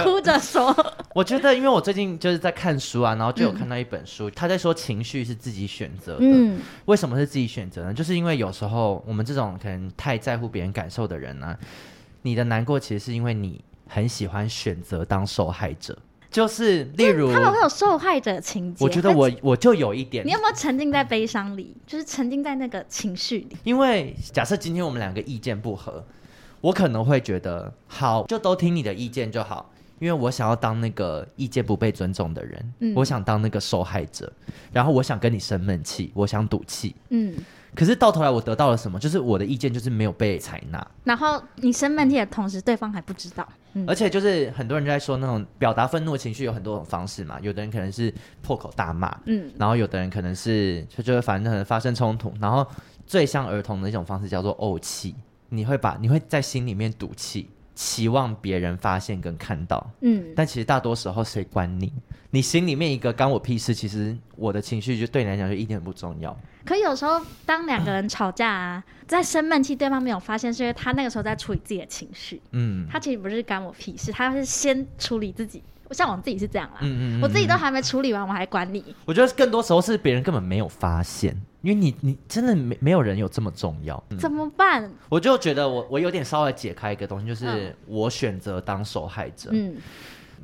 Speaker 2: 哭着说，
Speaker 1: 我觉得，因为我最近就是在看书啊，然后就有看到一本书，他在说情绪是自己选择的。
Speaker 2: 嗯，
Speaker 1: 为什么是自己选择呢？就是因为有时候我们这种可能太在乎别人感受的人呢、你的难过其实是因为你很喜欢选择当受害者，就是例如，
Speaker 2: 他们会有受害者情节。
Speaker 1: 我觉得
Speaker 2: 会，
Speaker 1: 我我就有一点
Speaker 2: 你，有没有沉浸在悲伤里？就是沉浸在那个情绪里。
Speaker 1: 因为假设今天我们两个意见不合，我可能会觉得好，就都听你的意见就好，因为我想要当那个意见不被尊重的人，
Speaker 2: 嗯
Speaker 1: 我想当那个受害者，然后我想跟你生闷气，我想赌气。
Speaker 2: 嗯，
Speaker 1: 可是到头来我得到了什么？就是我的意见就是没有被采纳，
Speaker 2: 然后你生闷气的同时，对方还不知道。嗯
Speaker 1: 而，且就是很多人就在说那种表达愤怒的情绪有很多种方式嘛，有的人可能是破口大骂，
Speaker 2: 嗯，
Speaker 1: 然后有的人可能是就就会反正可能发生冲突，然后最像儿童的一种方式叫做怄气，你会把你会在心里面赌气，期望别人发现跟看到，
Speaker 2: 嗯，
Speaker 1: 但其实大多时候谁管你？你心里面一个干我屁事，其实我的情绪就对你来讲就一点都不重要。
Speaker 2: 可有时候当两个人吵架啊，在生闷气，对方没有发现，是因为他那个时候在处理自己的情绪，
Speaker 1: 嗯
Speaker 2: 他其实不是干我屁事，他是先处理自己。像我自己是这样啦，
Speaker 1: 嗯嗯嗯
Speaker 2: 我自己都还没处理完，我还管你。
Speaker 1: 我觉得更多时候是别人根本没有发现，因为你你真的没没有人有这么重要。嗯
Speaker 2: 怎么办？
Speaker 1: 我就觉得我我有点稍微解开一个东西，就是
Speaker 2: 嗯
Speaker 1: 我选择当受害者。
Speaker 2: 嗯，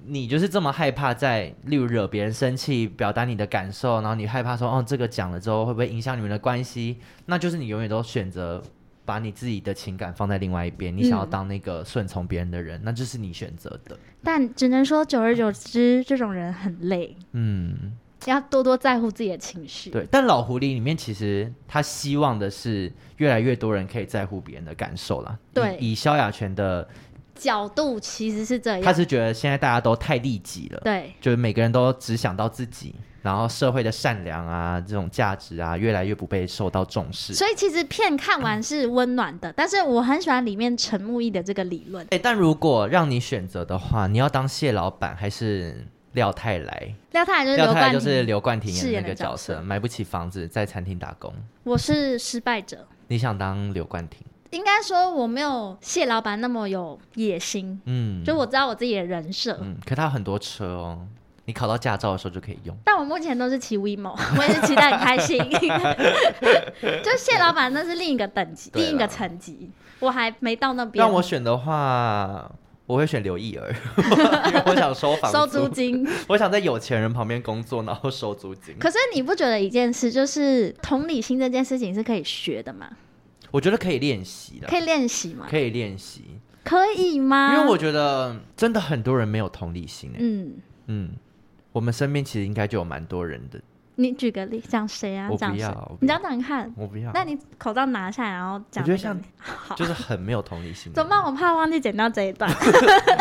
Speaker 1: 你就是这么害怕在，例如惹别人生气，表达你的感受，然后你害怕说，哦，这个讲了之后会不会影响你们的关系？那就是你永远都选择把你自己的情感放在另外一边，你
Speaker 2: 嗯
Speaker 1: 想要当那个顺从别人的人，那就是你选择的。
Speaker 2: 但只能说，久而久之，这种人很累，
Speaker 1: 嗯，
Speaker 2: 要多多在乎自己的情绪。
Speaker 1: 对。但老狐狸里面其实他希望的是越来越多人可以在乎别人的感受啦。
Speaker 2: 对
Speaker 1: 以以萧亚全的，
Speaker 2: 角度其实是这
Speaker 1: 他
Speaker 2: 样，
Speaker 1: 是觉得现在大家都太利己了。
Speaker 2: 对，
Speaker 1: 就是每个人都只想到自己，然后社会的善良啊，这种价值啊，越来越不被受到重视。
Speaker 2: 所以其实片看完是温暖的，但是我很喜欢里面陈木易的这个理论。
Speaker 1: 哎、但如果让你选择的话，你要当谢老板还是廖太来？
Speaker 2: 廖太就是
Speaker 1: 廖
Speaker 2: 刘
Speaker 1: 太来
Speaker 2: 冠
Speaker 1: 就是
Speaker 2: 廷，
Speaker 1: 刘冠廷演
Speaker 2: 饰
Speaker 1: 的
Speaker 2: 演
Speaker 1: 那
Speaker 2: 的
Speaker 1: 个角
Speaker 2: 角色
Speaker 1: 色，买不起房子，在餐厅打工。
Speaker 2: 我是失败者。
Speaker 1: 你想当刘冠廷？
Speaker 2: 应该说我没有谢老板那么有野心，
Speaker 1: 嗯，
Speaker 2: 就我知道我自己的人设，
Speaker 1: 嗯，可他有很多车哦，你考到驾照的时候就可以用。
Speaker 2: 但我目前都是骑 WeMo，我 也是骑得很开 心。就谢老板那是另一个等级，
Speaker 1: 对啦
Speaker 2: 另一个层级，我还没到那边。
Speaker 1: 让我选的话，我会选刘意儿， 因为我想收房
Speaker 2: 收租
Speaker 1: 租，
Speaker 2: 金，
Speaker 1: 我想在有钱人旁边工作，然后收租金。
Speaker 2: 可是你不觉得一件事就是同理心这件事情是可以学的吗？
Speaker 1: 我觉得可以练习的，
Speaker 2: 可以练习吗？
Speaker 1: 可以练习，
Speaker 2: 可以吗？
Speaker 1: 啊因为我觉得真的很多人没有同理心欸
Speaker 2: 嗯，
Speaker 1: 嗯我们身边其实应该就有蛮多人的。
Speaker 2: 你举个例，讲谁啊
Speaker 1: 我？不
Speaker 2: 讲谁
Speaker 1: 要我不？
Speaker 2: 你讲讲看。
Speaker 1: 我不要，
Speaker 2: 那你口罩拿下来，然后讲、
Speaker 1: 我
Speaker 2: 那
Speaker 1: 觉
Speaker 2: 个。
Speaker 1: 得像 就是很没有同理心的
Speaker 2: 怎
Speaker 1: 人。
Speaker 2: 么办？我怕忘记剪掉这一段，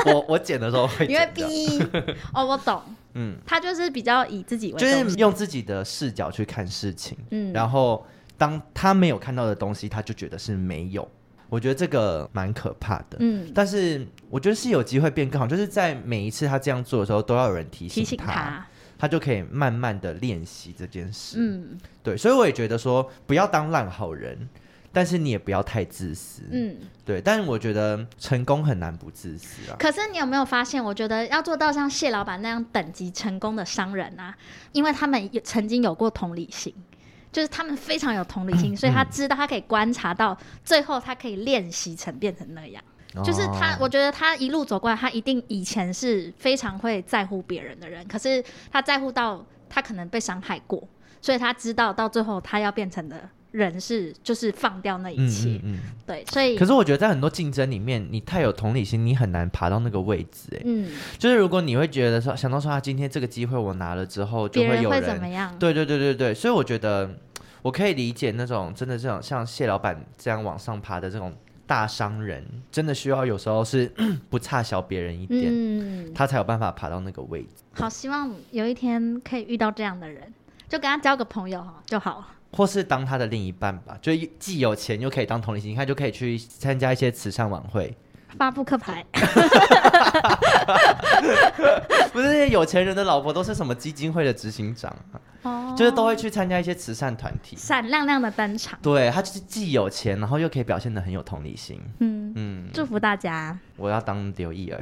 Speaker 1: 我我剪的时候会
Speaker 2: 因为
Speaker 1: 剪掉，
Speaker 2: 逼 哦，我懂，
Speaker 1: 嗯，
Speaker 2: 他就是比较以自己为
Speaker 1: 就
Speaker 2: 中
Speaker 1: 是
Speaker 2: 心，
Speaker 1: 用自己的视角去看事情，
Speaker 2: 嗯
Speaker 1: 然后当他没有看到的东西，他就觉得是没有。我觉得这个蛮可怕的，
Speaker 2: 嗯，
Speaker 1: 但是我觉得是有机会变更好，就是在每一次他这样做的时候，都要有人提
Speaker 2: 提醒
Speaker 1: 他
Speaker 2: 他，
Speaker 1: 他就可以慢慢的练习这件事。
Speaker 2: 嗯
Speaker 1: 对，所以我也觉得说，不要当烂好人，但是你也不要太自私。
Speaker 2: 嗯。
Speaker 1: 对，但是我觉得成功很难不自私啊。
Speaker 2: 可是你有没有发现？我觉得要做到像谢老板那样等级成功的商人啊，因为他们也曾经有过同理心。就是他们非常有同理
Speaker 1: 嗯
Speaker 2: 心，所以他知道他可以观察到，最后他可以练习成变成那样。
Speaker 1: 哦
Speaker 2: 就是他，我觉得他一路走过来，他一定以前是非常会在乎别人的人，可是他在乎到他可能被伤害过，所以他知道到最后他要变成的人是就是放掉那一切，
Speaker 1: 嗯
Speaker 2: 对，所以
Speaker 1: 可是我觉得在很多竞争里面，你太有同理心，你很难爬到那个位置、哎、
Speaker 2: 嗯，
Speaker 1: 就是如果你会觉得说，想到说啊，今天这个机会我拿了之后，就
Speaker 2: 别
Speaker 1: 会
Speaker 2: 人
Speaker 1: 有
Speaker 2: 会怎么样？
Speaker 1: 对对对对对，所以我觉得我可以理解那种真的这种像谢老板这样往上爬的这种大商人，真的需要有时候是 不差小别人一点，
Speaker 2: 嗯，
Speaker 1: 他才有办法爬到那个位置。
Speaker 2: 好，希望有一天可以遇到这样的人，就跟他交个朋友哈就好了。
Speaker 1: 或是当他的另一半吧，就既有钱又可以当同理心，他就可以去参加一些慈善晚会，
Speaker 2: 发扑克牌，
Speaker 1: 不是那些有钱人的老婆都是什么基金会的执行长、啊，
Speaker 2: 哦，
Speaker 1: 就是都会去参加一些慈善团体。
Speaker 2: 闪亮亮的登场，
Speaker 1: 对他就是既有钱，然后又可以表现的很有同理心。
Speaker 2: 嗯，
Speaker 1: 嗯，
Speaker 2: 祝福大家。
Speaker 1: 我要当刘意儿。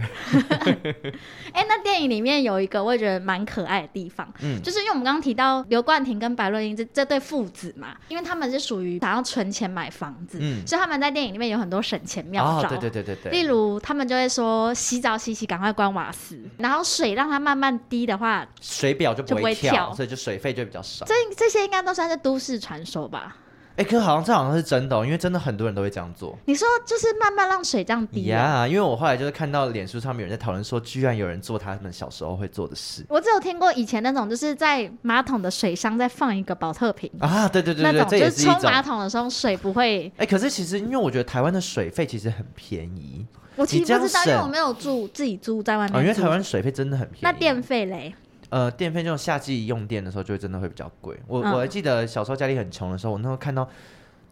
Speaker 2: 哎、那电影里面有一个我也觉得蛮可爱的地方，
Speaker 1: 嗯
Speaker 2: 就是因为我们刚刚提到刘冠廷跟白若英这这对父子嘛，因为他们是属于想要存钱买房子，
Speaker 1: 嗯
Speaker 2: 所以他们在电影里面有很多省钱妙
Speaker 1: 哦
Speaker 2: 招。，
Speaker 1: 对对对对对。
Speaker 2: 例如，他们就会说洗澡洗洗，赶快关瓦斯，然后水让它慢慢滴的话，
Speaker 1: 水表就不
Speaker 2: 就不
Speaker 1: 会
Speaker 2: 会
Speaker 1: 跳，
Speaker 2: 跳
Speaker 1: 所以就水费就比较少。
Speaker 2: 这这些应该都算是都市传说吧？
Speaker 1: 哎、可是好像这好像是真的、哦，因为真的很多人都会这样做。
Speaker 2: 你说就是慢慢让水这样滴啊、
Speaker 1: 呀因为我后来就是看到脸书上面有人在讨论说，居然有人做他们小时候会做的事
Speaker 2: 我只有听过以前那种，就是在马桶的水箱再放一个保特瓶，
Speaker 1: 啊！对对对
Speaker 2: 那
Speaker 1: 对，
Speaker 2: 种
Speaker 1: 这
Speaker 2: 就
Speaker 1: 也
Speaker 2: 是
Speaker 1: 一
Speaker 2: 冲
Speaker 1: 种。
Speaker 2: 马桶的时候水不会。
Speaker 1: 哎、可是其实因为我觉得台湾的水费其实很便宜
Speaker 2: 我其
Speaker 1: 你
Speaker 2: 实
Speaker 1: 这
Speaker 2: 不知
Speaker 1: 样
Speaker 2: 道，因为
Speaker 1: 省
Speaker 2: 我没有住自己住在外面
Speaker 1: 啊、
Speaker 2: 住、
Speaker 1: 因为台湾水费真的很便宜。
Speaker 2: 那电费嘞，
Speaker 1: 呃电费这种夏季用电的时候就真的会比较贵。我、
Speaker 2: 嗯
Speaker 1: 我还记得小时候家里很穷的时候，我那时候看到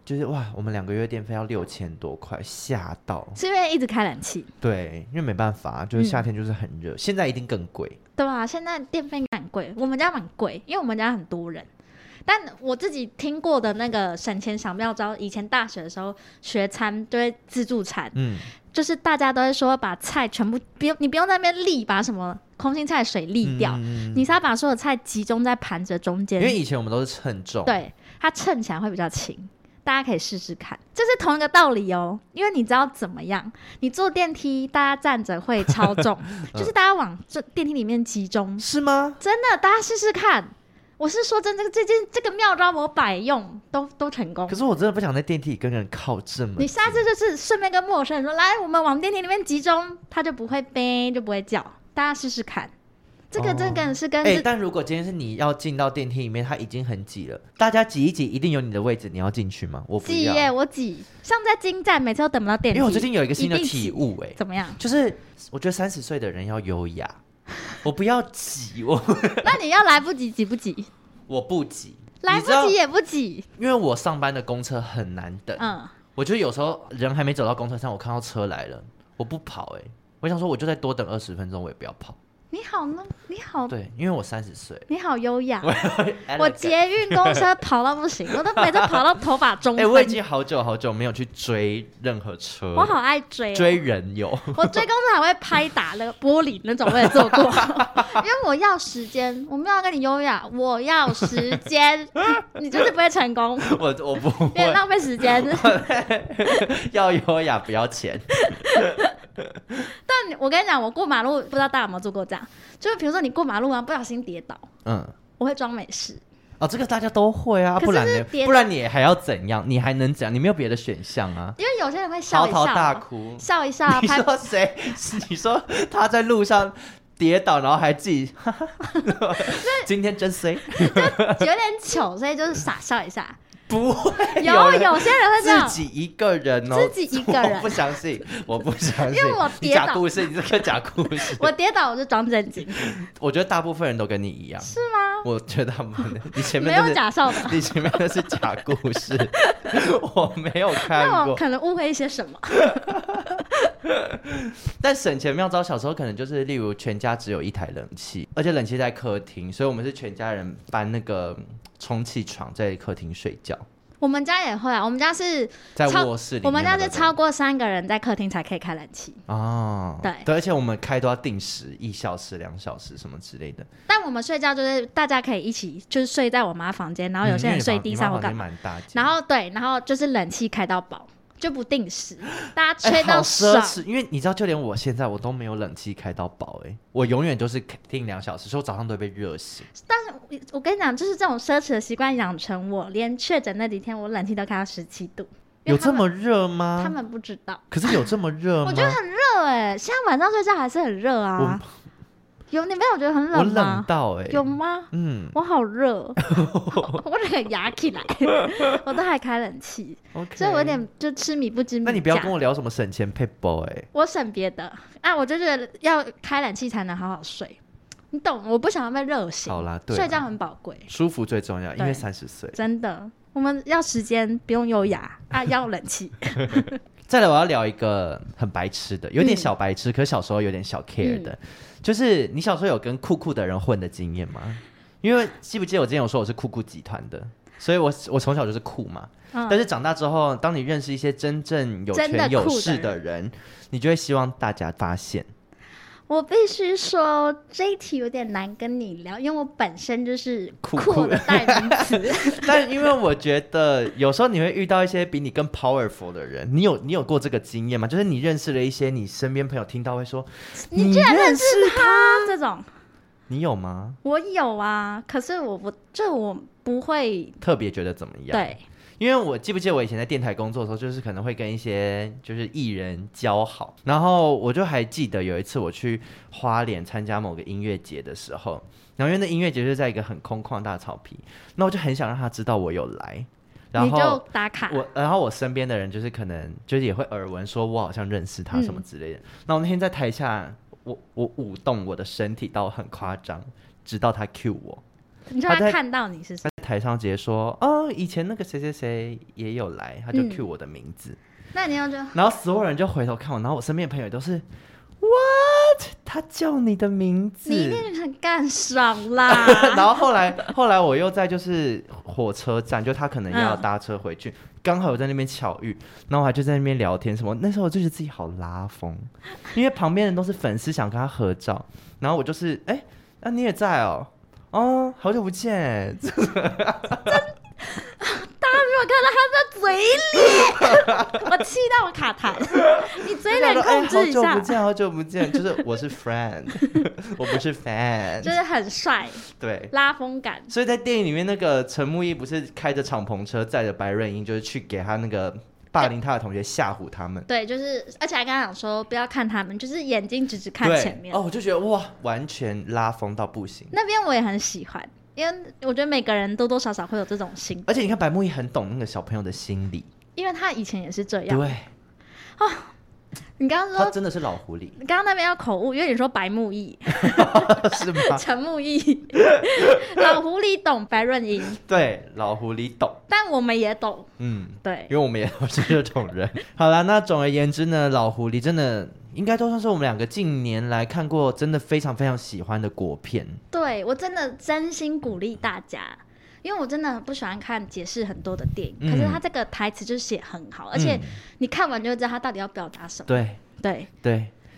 Speaker 1: 就是哇，我们两个月电费要六千多块，吓到。
Speaker 2: 是因为一直开冷气，
Speaker 1: 对，因为没办法，
Speaker 2: 嗯
Speaker 1: 就是夏天就是很热，现在一定更贵。
Speaker 2: 对吧、现在电费蛮贵，我们家蛮贵，因为我们家很多人。但我自己听过的那个省钱小妙招，以前大学的时候学餐就会自助餐，
Speaker 1: 嗯，
Speaker 2: 就是大家都会说把菜全部不用，你不用在那边沥，把什么空心菜水沥掉，
Speaker 1: 嗯
Speaker 2: 你是要把所有菜集中在盘子中间
Speaker 1: 因，为以前我们都是称重，，
Speaker 2: 对，它称起来会比较轻。大家可以试试看，这是同一个道理哦。因为你知道怎么样，你坐电梯，大家站着会超 重，就是大家往这电梯里面集中。
Speaker 1: 是吗？
Speaker 2: 真的，大家试试看。我是说真的，这件这个妙招我百用，都都成功
Speaker 1: 可。是我真的不想在电梯里跟人靠这么近。
Speaker 2: 你下次就是顺便跟陌生人说，来，我们往电梯里面集中，他就不会背，就不会叫。大家试试看，这个
Speaker 1: 哦
Speaker 2: 这个是跟
Speaker 1: 哎、
Speaker 2: 这
Speaker 1: 但如果今天是你要进到电梯里面，它已经很挤了，大家挤一挤，一定有你的位置，你要进去吗？我不
Speaker 2: 挤
Speaker 1: 要，
Speaker 2: 耶，我挤。像在金站，每次都等不到电
Speaker 1: 因
Speaker 2: 梯。
Speaker 1: 为我最近有一个新的
Speaker 2: 一定
Speaker 1: 体
Speaker 2: 挤
Speaker 1: 悟、哎，
Speaker 2: 怎么样？
Speaker 1: 就是我觉得三十岁的人要优雅，我不要挤，我
Speaker 2: 那你要来不及挤不挤？
Speaker 1: 我不挤，
Speaker 2: 来
Speaker 1: 你
Speaker 2: 不
Speaker 1: 知道
Speaker 2: 及，也不挤。
Speaker 1: 因为我上班的公车很难等，
Speaker 2: 嗯，
Speaker 1: 我觉得有时候人还没走到公车上，我看到车来了，我不跑、哎，我想说我就再多等二十分钟，我也不要跑，
Speaker 2: 你好呢，你好，
Speaker 1: 对，因为我三十岁 了，
Speaker 2: 你好优雅。哦我
Speaker 1: elegant
Speaker 2: 捷运公车跑到不行，我 都每次跑到头发中
Speaker 1: 哎、
Speaker 2: 分。
Speaker 1: 我已经好久好久没有去追任何车，
Speaker 2: 我好爱追哦、
Speaker 1: 追人有。
Speaker 2: 我追公车还会拍打那个玻璃那种，我也做 过，因为我要时间，我没有要跟你优雅，我要时 间，你就是不会成功，
Speaker 1: 我我不
Speaker 2: 因为
Speaker 1: 会
Speaker 2: 浪费时间。
Speaker 1: 要优雅不要钱，
Speaker 2: 但我跟你讲，我过马路不知道大家有没有做过这样，就是比如说你过马路啊，不小心跌倒，
Speaker 1: 嗯，
Speaker 2: 我会装没事，
Speaker 1: 哦，这个大家都会啊，
Speaker 2: 可是
Speaker 1: 不然
Speaker 2: 就是
Speaker 1: 呢
Speaker 2: 别？的
Speaker 1: 不然你还要怎样？你还能怎样？你没有别的选项啊，
Speaker 2: 因为有些人会笑
Speaker 1: 嚎
Speaker 2: 一
Speaker 1: 啕
Speaker 2: 笑
Speaker 1: 大
Speaker 2: 啊，
Speaker 1: 哭。
Speaker 2: 笑一笑啊，
Speaker 1: 你
Speaker 2: 拍
Speaker 1: 说谁？ 你说他在路上跌倒，然后还自 己， 哈哈今天真衰，
Speaker 2: 有点糗，所以就是傻笑 一下。
Speaker 1: 不会
Speaker 2: 有
Speaker 1: 人
Speaker 2: 有些人会这样
Speaker 1: 哎自，己一个人哦，
Speaker 2: 自己一个人
Speaker 1: 我不相信，我不相信，
Speaker 2: 因为我
Speaker 1: 你
Speaker 2: 跌
Speaker 1: 假
Speaker 2: 倒
Speaker 1: 故事，你这个假故 事，
Speaker 2: 我跌倒我就装正 经，是
Speaker 1: 我觉得大部分人都跟你一样，
Speaker 2: 吗？
Speaker 1: 我觉得他 们，你前
Speaker 2: 没
Speaker 1: 面都
Speaker 2: 有
Speaker 1: 是
Speaker 2: 假笑的，
Speaker 1: 你前面都是假故事， 我没有看
Speaker 2: 那我
Speaker 1: 过。
Speaker 2: 可能误会一些什么。
Speaker 1: 但省钱妙招，小时候可能就是，例如全家只有一台冷气，而且冷气在客厅，所以我们是全家人搬那个嗯充气床在客厅睡觉，
Speaker 2: 我们家也会啊，我们家是
Speaker 1: 在
Speaker 2: 超
Speaker 1: 卧室里面
Speaker 2: 我们家是超
Speaker 1: 啊
Speaker 2: 过三个人在客厅才可以开冷气，，
Speaker 1: 哦
Speaker 2: 对
Speaker 1: 对，而且我们开都要定时，一小时、两小时什么之类的。
Speaker 2: 但我们睡觉就是大家可以一起，就是睡在我妈房间，然后有些
Speaker 1: 嗯
Speaker 2: 人睡地上或
Speaker 1: 我
Speaker 2: 干嘛，
Speaker 1: 蛮大间，
Speaker 2: 然后对，然后就是冷气开到饱，就不定时，大家
Speaker 1: 哎
Speaker 2: 吹
Speaker 1: 好
Speaker 2: 到
Speaker 1: 奢
Speaker 2: 爽。
Speaker 1: 侈，因为你知道，就连我现在我都没有冷气开到饱，哎，我永远都是定两小时，所以我早上都会被热醒。
Speaker 2: 但是我我跟你讲，就是这种奢侈的习惯养成我，连确诊那几天我冷气都开到十七度，因
Speaker 1: 有
Speaker 2: 为他
Speaker 1: 这
Speaker 2: 们
Speaker 1: 么热吗？
Speaker 2: 他们不知道，
Speaker 1: 可是有这么热吗？
Speaker 2: 我觉得很热哎、现在晚上睡觉还是很热啊。有你没有觉得很
Speaker 1: 我
Speaker 2: 冷
Speaker 1: 冷
Speaker 2: 吗？
Speaker 1: 到哎、
Speaker 2: 啊有吗？
Speaker 1: 嗯
Speaker 2: 我 好热，我整个牙起来，我都还开冷气，
Speaker 1: ，OK，
Speaker 2: 所以我有点就吃米不知米。
Speaker 1: 那你不要跟我，聊什么省钱 p a p e 哎，
Speaker 2: 我省别的啊，我就觉得要开冷气才能好好睡，你懂？我不想要被热醒。
Speaker 1: 好啦对啦
Speaker 2: 睡觉很宝贵，
Speaker 1: 舒服最重要，因为三十岁。
Speaker 2: 真的。我们要时间，不用优雅啊，要冷气。
Speaker 1: 再来，我要聊一个很白痴的，有点
Speaker 2: 嗯
Speaker 1: 小白痴，可是小时候有点小 care 的，就是你小时候有跟酷酷的人混的经验吗？因为记不记得我之前有说我是酷酷集团的，所以我我从小就是酷嘛。
Speaker 2: 嗯
Speaker 1: 但是长大之后，当你认识一些真正有
Speaker 2: 真的
Speaker 1: 权有
Speaker 2: 酷的
Speaker 1: 势的人，你就会希望大家发 现。
Speaker 2: 我必须说这一题有点难跟你聊，因为我本身就是
Speaker 1: 酷
Speaker 2: 酷的代名 词。
Speaker 1: 但因为我觉得有时候你会遇到一些比你更 powerful 的人，你有你有过这个经验吗？就是你认识了一些你身边朋友听到会说，
Speaker 2: 你居然认识
Speaker 1: 你认
Speaker 2: 他这种，
Speaker 1: 你有吗？
Speaker 2: 我有啊，可是我不，就我不会
Speaker 1: 特别觉得怎么样？，
Speaker 2: 对。
Speaker 1: 因为我记不记得我以前在电台工作的时候，就是可能会跟一些就是艺人交好，然后我就还记得有一次我去花莲参加某个音乐节的时候，然后因为那音乐节就是在一个很空旷的大草皮，那我就很想让他知道我有来，然
Speaker 2: 你就啊
Speaker 1: 后。
Speaker 2: 打卡，
Speaker 1: 我然后我身边的人就是可能就是也会耳闻说我好像认识他什么之类的。那、我那天在台下，我我舞动我的身体到很夸张，直到他 cue 我，
Speaker 2: 你就
Speaker 1: 他在
Speaker 2: 要看到你是谁
Speaker 1: 他。在台上直接说：“哦，以前那个谁谁谁也有来，他就
Speaker 2: 嗯
Speaker 1: cue 我的名字。
Speaker 2: 那你要就
Speaker 1: 然后所有人就回头看我，然后我身边的朋友也都是：“What？他叫你的名字？”
Speaker 2: 你一定很干爽
Speaker 1: 然
Speaker 2: 啦。
Speaker 1: 后后来后来我又在就是火车站，就他可能要
Speaker 2: 嗯
Speaker 1: 搭车回去，刚好我在那边巧遇，然后我还就在那边聊天什么。那时候我就觉得自己好拉风，因为旁边人都是粉丝想跟他合照，然后我就是哎，那、你也在哦。哦，好久不见！
Speaker 2: 我看到他的嘴 脸，我气到我卡 痰。你嘴
Speaker 1: 就想
Speaker 2: 脸
Speaker 1: 说哎
Speaker 2: 控制一
Speaker 1: 好久
Speaker 2: 下
Speaker 1: 不，见，好久不见。就是我是 friend，我 不是 fan。
Speaker 2: 就是很帅，
Speaker 1: 对，
Speaker 2: 拉风感。
Speaker 1: 所以在电影里面，那个陈木易不是开着敞篷车载着白润英，就是去给他那个霸凌他的同学吓唬他们。
Speaker 2: 对，就是，而且还跟他讲说不要看他们，就是眼睛直直看
Speaker 1: 对，
Speaker 2: 前面。
Speaker 1: 哦，我就觉得哇，完全拉风到不行。
Speaker 2: 那边我也很喜欢，因为我觉得每个人多多少少会有这种心，
Speaker 1: 而且你看白木易很懂那个小朋友的心理，
Speaker 2: 因为他以前也是这样。
Speaker 1: 对
Speaker 2: 你刚刚
Speaker 1: 他
Speaker 2: 说，
Speaker 1: 真的是老狐 狸，
Speaker 2: 你刚刚那边要口误，因为你说白 木易、
Speaker 1: 是吗？
Speaker 2: 陈 木易、老狐狸懂白润英，
Speaker 1: 对，老狐狸懂，
Speaker 2: 但我们也懂。
Speaker 1: 嗯，
Speaker 2: 对
Speaker 1: 因，为我们也都是这种人。 好啦，那总而言之呢，老狐狸真的应该都算是我们两个近年来看过真的非常非常喜欢的国片。
Speaker 2: 对我真的真心鼓励大家，因为我真的很不喜欢看解释很多的电影，可是
Speaker 1: 嗯
Speaker 2: 他这个台词就是写很好，而且
Speaker 1: 嗯
Speaker 2: 你看完就会知道他到底要表达什么。
Speaker 1: 对，
Speaker 2: 对，
Speaker 1: 对，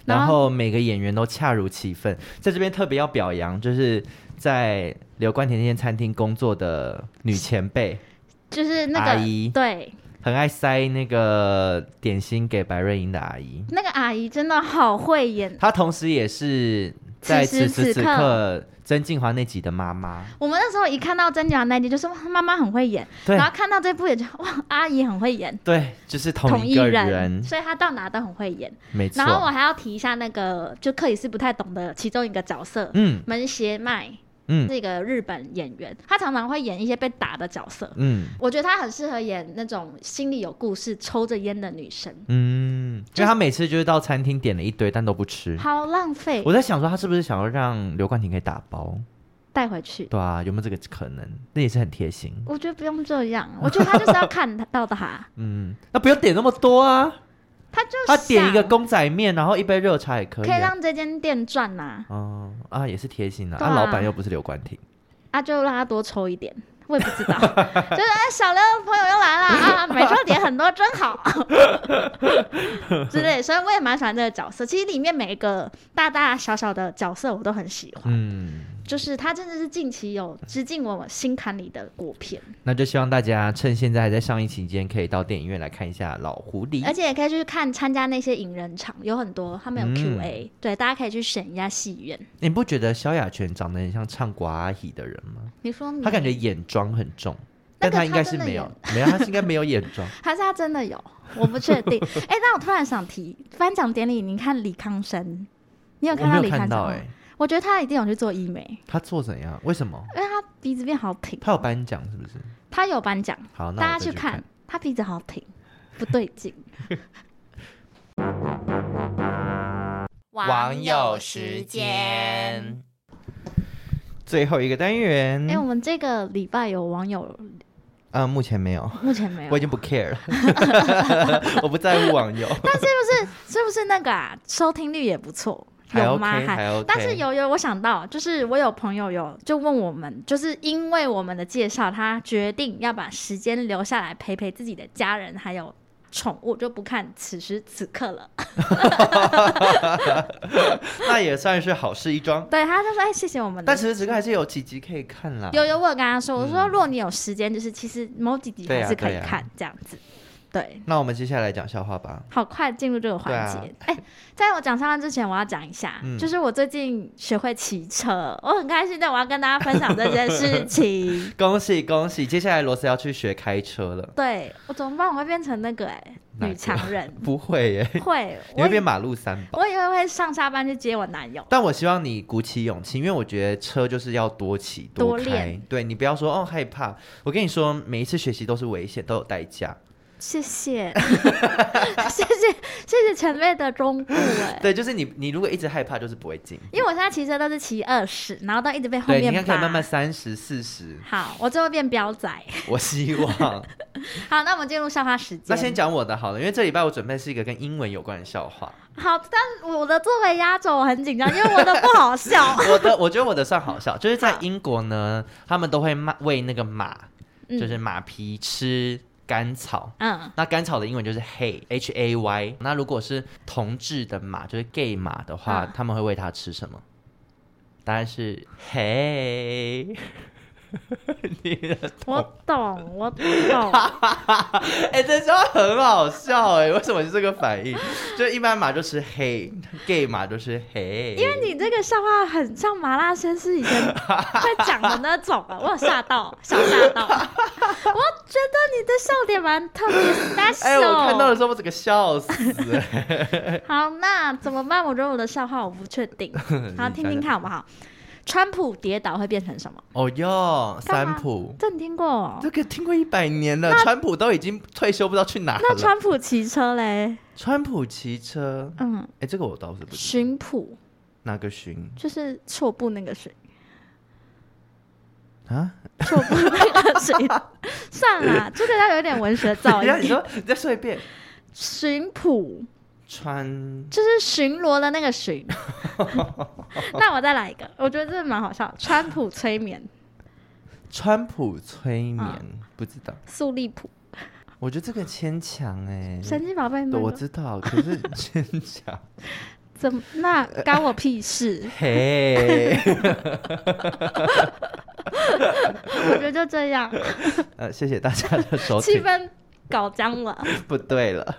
Speaker 2: 然
Speaker 1: 然后每个演员都恰如其分，在这边特别要表扬，就是在刘冠廷那间餐厅工作的女前辈，
Speaker 2: 就是那
Speaker 1: 阿
Speaker 2: 个
Speaker 1: 姨
Speaker 2: 对
Speaker 1: 很爱塞那个点心给白瑞英的阿姨，
Speaker 2: 那个阿姨真的好会演。
Speaker 1: 她同时也是在
Speaker 2: 此时
Speaker 1: 此时
Speaker 2: 此
Speaker 1: 此
Speaker 2: 刻
Speaker 1: 刻曾静华那集的妈妈。
Speaker 2: 我们那时候一看到真假那一集，就是哇，妈妈很会演，
Speaker 1: 对
Speaker 2: 然后看到这部也就哇，阿姨很会演，
Speaker 1: 对，就是同
Speaker 2: 一
Speaker 1: 一个
Speaker 2: 所以她到哪都很会演。
Speaker 1: 没错
Speaker 2: 然。后我还要提一下那个，就克里斯不太懂的其中一个角色，
Speaker 1: 嗯
Speaker 2: 门胁麦，
Speaker 1: 嗯
Speaker 2: 是一个日本演员，他常常会演一些被打的角色。
Speaker 1: 嗯
Speaker 2: 我觉得他很适合演那种心里有故事、抽着烟的女生，
Speaker 1: 嗯，因为她每次就是到餐厅点了一堆，但都不吃。
Speaker 2: 好浪费，
Speaker 1: 我在想说，她是不是想要让刘冠廷给打包？
Speaker 2: 带回去。
Speaker 1: 对啊，有没有这个可能？那也是很贴心。
Speaker 2: 我觉得不用这样，我觉得他就是要看到他，
Speaker 1: 嗯，那不用点那么多啊，
Speaker 2: 他就
Speaker 1: 他点一个
Speaker 2: 想
Speaker 1: 公仔面，然后一杯热茶也可以、
Speaker 2: 可以
Speaker 1: 啊。
Speaker 2: 让这间店赚呐、
Speaker 1: 哦啊，也是贴心的、啊，
Speaker 2: 对啊
Speaker 1: 老板又不是刘冠廷，
Speaker 2: 啊，就让他多抽一点。我也不知道， 就是哎，小刘的朋友又来了啊，每周点很多，真好 之类，所以我也蛮喜欢这个角色。其实里面每一个大大小小的角色我都很喜欢，
Speaker 1: 嗯，
Speaker 2: 就是他真的是近期有直进我心坎里的果片，
Speaker 1: 那就希望大家趁现在还在上映期间，可以到电影院来看一下《老狐狸
Speaker 2: 而》。且也可以去看参加那些影人场，有很多他
Speaker 1: 嗯
Speaker 2: 们有 Q&A，、对，大家可以去选一下戏院。
Speaker 1: 你不觉得萧亚全长得很像唱寡阿姨的人吗？
Speaker 2: 你说你
Speaker 1: 她感觉眼妆很重，
Speaker 2: 嗯
Speaker 1: 但
Speaker 2: 那个
Speaker 1: 她应该
Speaker 2: 她
Speaker 1: 是
Speaker 2: 真的
Speaker 1: 没有，没有，她是应该没有眼 妆。
Speaker 2: 还是他真的有，我不确 定。哎、那我突然想提，颁奖典礼，你看李康生，你有
Speaker 1: 我
Speaker 2: 看到
Speaker 1: 没
Speaker 2: 李
Speaker 1: 有看
Speaker 2: 康生
Speaker 1: 到
Speaker 2: 吗？
Speaker 1: 哎、
Speaker 2: 我觉得他一定有去做医美，
Speaker 1: 她做怎样？为什么？
Speaker 2: 因为他鼻子变好挺。
Speaker 1: 她有颁奖是不是？
Speaker 2: 他有颁奖，
Speaker 1: 好，那
Speaker 2: 大
Speaker 1: 我
Speaker 2: 家
Speaker 1: 再
Speaker 2: 去
Speaker 1: 看
Speaker 2: 看，他鼻子好挺，不对 劲。
Speaker 1: 网友时间。最后一个单元，
Speaker 2: 哎、我们这个礼拜有网友，
Speaker 1: 呃，目前没有，
Speaker 2: 目前没有
Speaker 1: 我已，经不 care 了， 我不在乎网友，
Speaker 2: 是不是那个啊？收听率也不错，
Speaker 1: 还
Speaker 2: 有
Speaker 1: OK，
Speaker 2: 吗？还
Speaker 1: 还 OK，
Speaker 2: 但是有有，我想到，就是我有朋友有就问我们，就是因为我们的介绍，他决定要把时间留下来陪陪自己的家人，还有宠物，就不看此时此刻了。
Speaker 1: 嗯那也算是好事一桩。
Speaker 2: 对，他就说：“哎，谢谢我们的。
Speaker 1: 但”此时此刻还是有几集可以看啦。
Speaker 2: 有有，我有跟他说，我说如果你有时间，就是其实某几集
Speaker 1: 对
Speaker 2: 还
Speaker 1: 啊
Speaker 2: 是可以
Speaker 1: 对啊
Speaker 2: 看这样子。对，
Speaker 1: 那我们接下来讲笑话吧。
Speaker 2: 好快进入这个环
Speaker 1: 对啊
Speaker 2: 节。哎、在我讲笑话之前，我要讲一下，
Speaker 1: 嗯。
Speaker 2: 就是我最近学会骑车，我很开心的，我要跟大家分享这件事情
Speaker 1: 恭喜恭喜！接下来罗斯要去学开车了，
Speaker 2: 对我怎么办？我会变成那个哎、
Speaker 1: 哪
Speaker 2: 女
Speaker 1: 个，
Speaker 2: 强人
Speaker 1: 不会耶，
Speaker 2: 会，
Speaker 1: 你
Speaker 2: 我
Speaker 1: 会
Speaker 2: 以
Speaker 1: 变马路三宝。
Speaker 2: 我以为会上下班去接我男友。
Speaker 1: 但我希望你鼓起勇气，因为我觉得车就是要多骑
Speaker 2: 多
Speaker 1: 开
Speaker 2: 练。
Speaker 1: 对你不要说哦害怕，我跟你说，每一次学习都是危险，都有代价。
Speaker 2: 谢谢， 谢谢，谢谢前辈的忠告哎、
Speaker 1: 对，就是你你如果一直害怕，就是不会进步。
Speaker 2: 因为我现在骑车都是骑二十，然后都一直被后
Speaker 1: 对，你
Speaker 2: 面
Speaker 1: 应该可以
Speaker 2: 扒
Speaker 1: 慢慢三十四十，
Speaker 2: 好，我最后变彪仔。
Speaker 1: 我希 望。
Speaker 2: 好，那我们进入校花时间。
Speaker 1: 那先讲我的好了，因为这礼拜我准备是一个跟英文有关的笑 话。。
Speaker 2: 好，但我的作为压轴，我很紧张，因为我的不好笑
Speaker 1: 我的我觉得我的算好笑，就是在英国呢，他们都会骂喂那个马，
Speaker 2: 嗯
Speaker 1: 就是马匹吃干草。
Speaker 2: 嗯，
Speaker 1: 那甘草的英文就是 hay h a y。那如果是同志的马，就是 gay 马的话，
Speaker 2: 嗯
Speaker 1: 他们会喂它吃什么？答案是 hay。你的头
Speaker 2: 我懂，我懂。
Speaker 1: 哎、这招很好笑哎、为什么是这个反应？就一般马就是 hey，gay 马就是 hey。
Speaker 2: 因为你这个笑话很像麻辣鲜师 以前会讲的那种啊，我有吓到，小吓 到。我觉得你的笑点蛮特别 special。
Speaker 1: 哎、我看到的时候我整个笑死、 哎。
Speaker 2: 好，那怎么办？我觉得我的笑话我不确定 好，听听看好不好？川普跌倒会变成什么？
Speaker 1: 哦哟，
Speaker 2: 干
Speaker 1: 三
Speaker 2: 嘛
Speaker 1: 浦，
Speaker 2: 这你听过哦？
Speaker 1: 这个听过一百年了，川普都已经退休不知道去哪
Speaker 2: 那
Speaker 1: 了。
Speaker 2: 川普骑车嘞？
Speaker 1: 川普骑车，
Speaker 2: 嗯，
Speaker 1: 哎、这个我倒是不知道。
Speaker 2: 巡捕
Speaker 1: 哪个巡
Speaker 2: 就是错步那个巡。
Speaker 1: 啊？
Speaker 2: 错过那个 谁，算了，这个要有点文学
Speaker 1: 等
Speaker 2: 造
Speaker 1: 一 下，你
Speaker 2: 诣。
Speaker 1: 说你再说一遍，
Speaker 2: 巡捕
Speaker 1: 川
Speaker 2: 就是巡逻的那个 巡。那我再来一个，我觉得这蛮好笑。川普催眠
Speaker 1: 川普催眠、
Speaker 2: 嗯
Speaker 1: 不知道，
Speaker 2: 素利普，
Speaker 1: 我觉得这个牵强哎，
Speaker 2: 神奇宝贝
Speaker 1: 对
Speaker 2: 那
Speaker 1: 我
Speaker 2: 个
Speaker 1: 知道，可是牵强，？
Speaker 2: 怎么那干我屁事
Speaker 1: 嘿，
Speaker 2: 我觉得就这样，
Speaker 1: 呃，谢谢大家的收
Speaker 2: 气
Speaker 1: 听，
Speaker 2: 氛搞僵了。
Speaker 1: 不对了，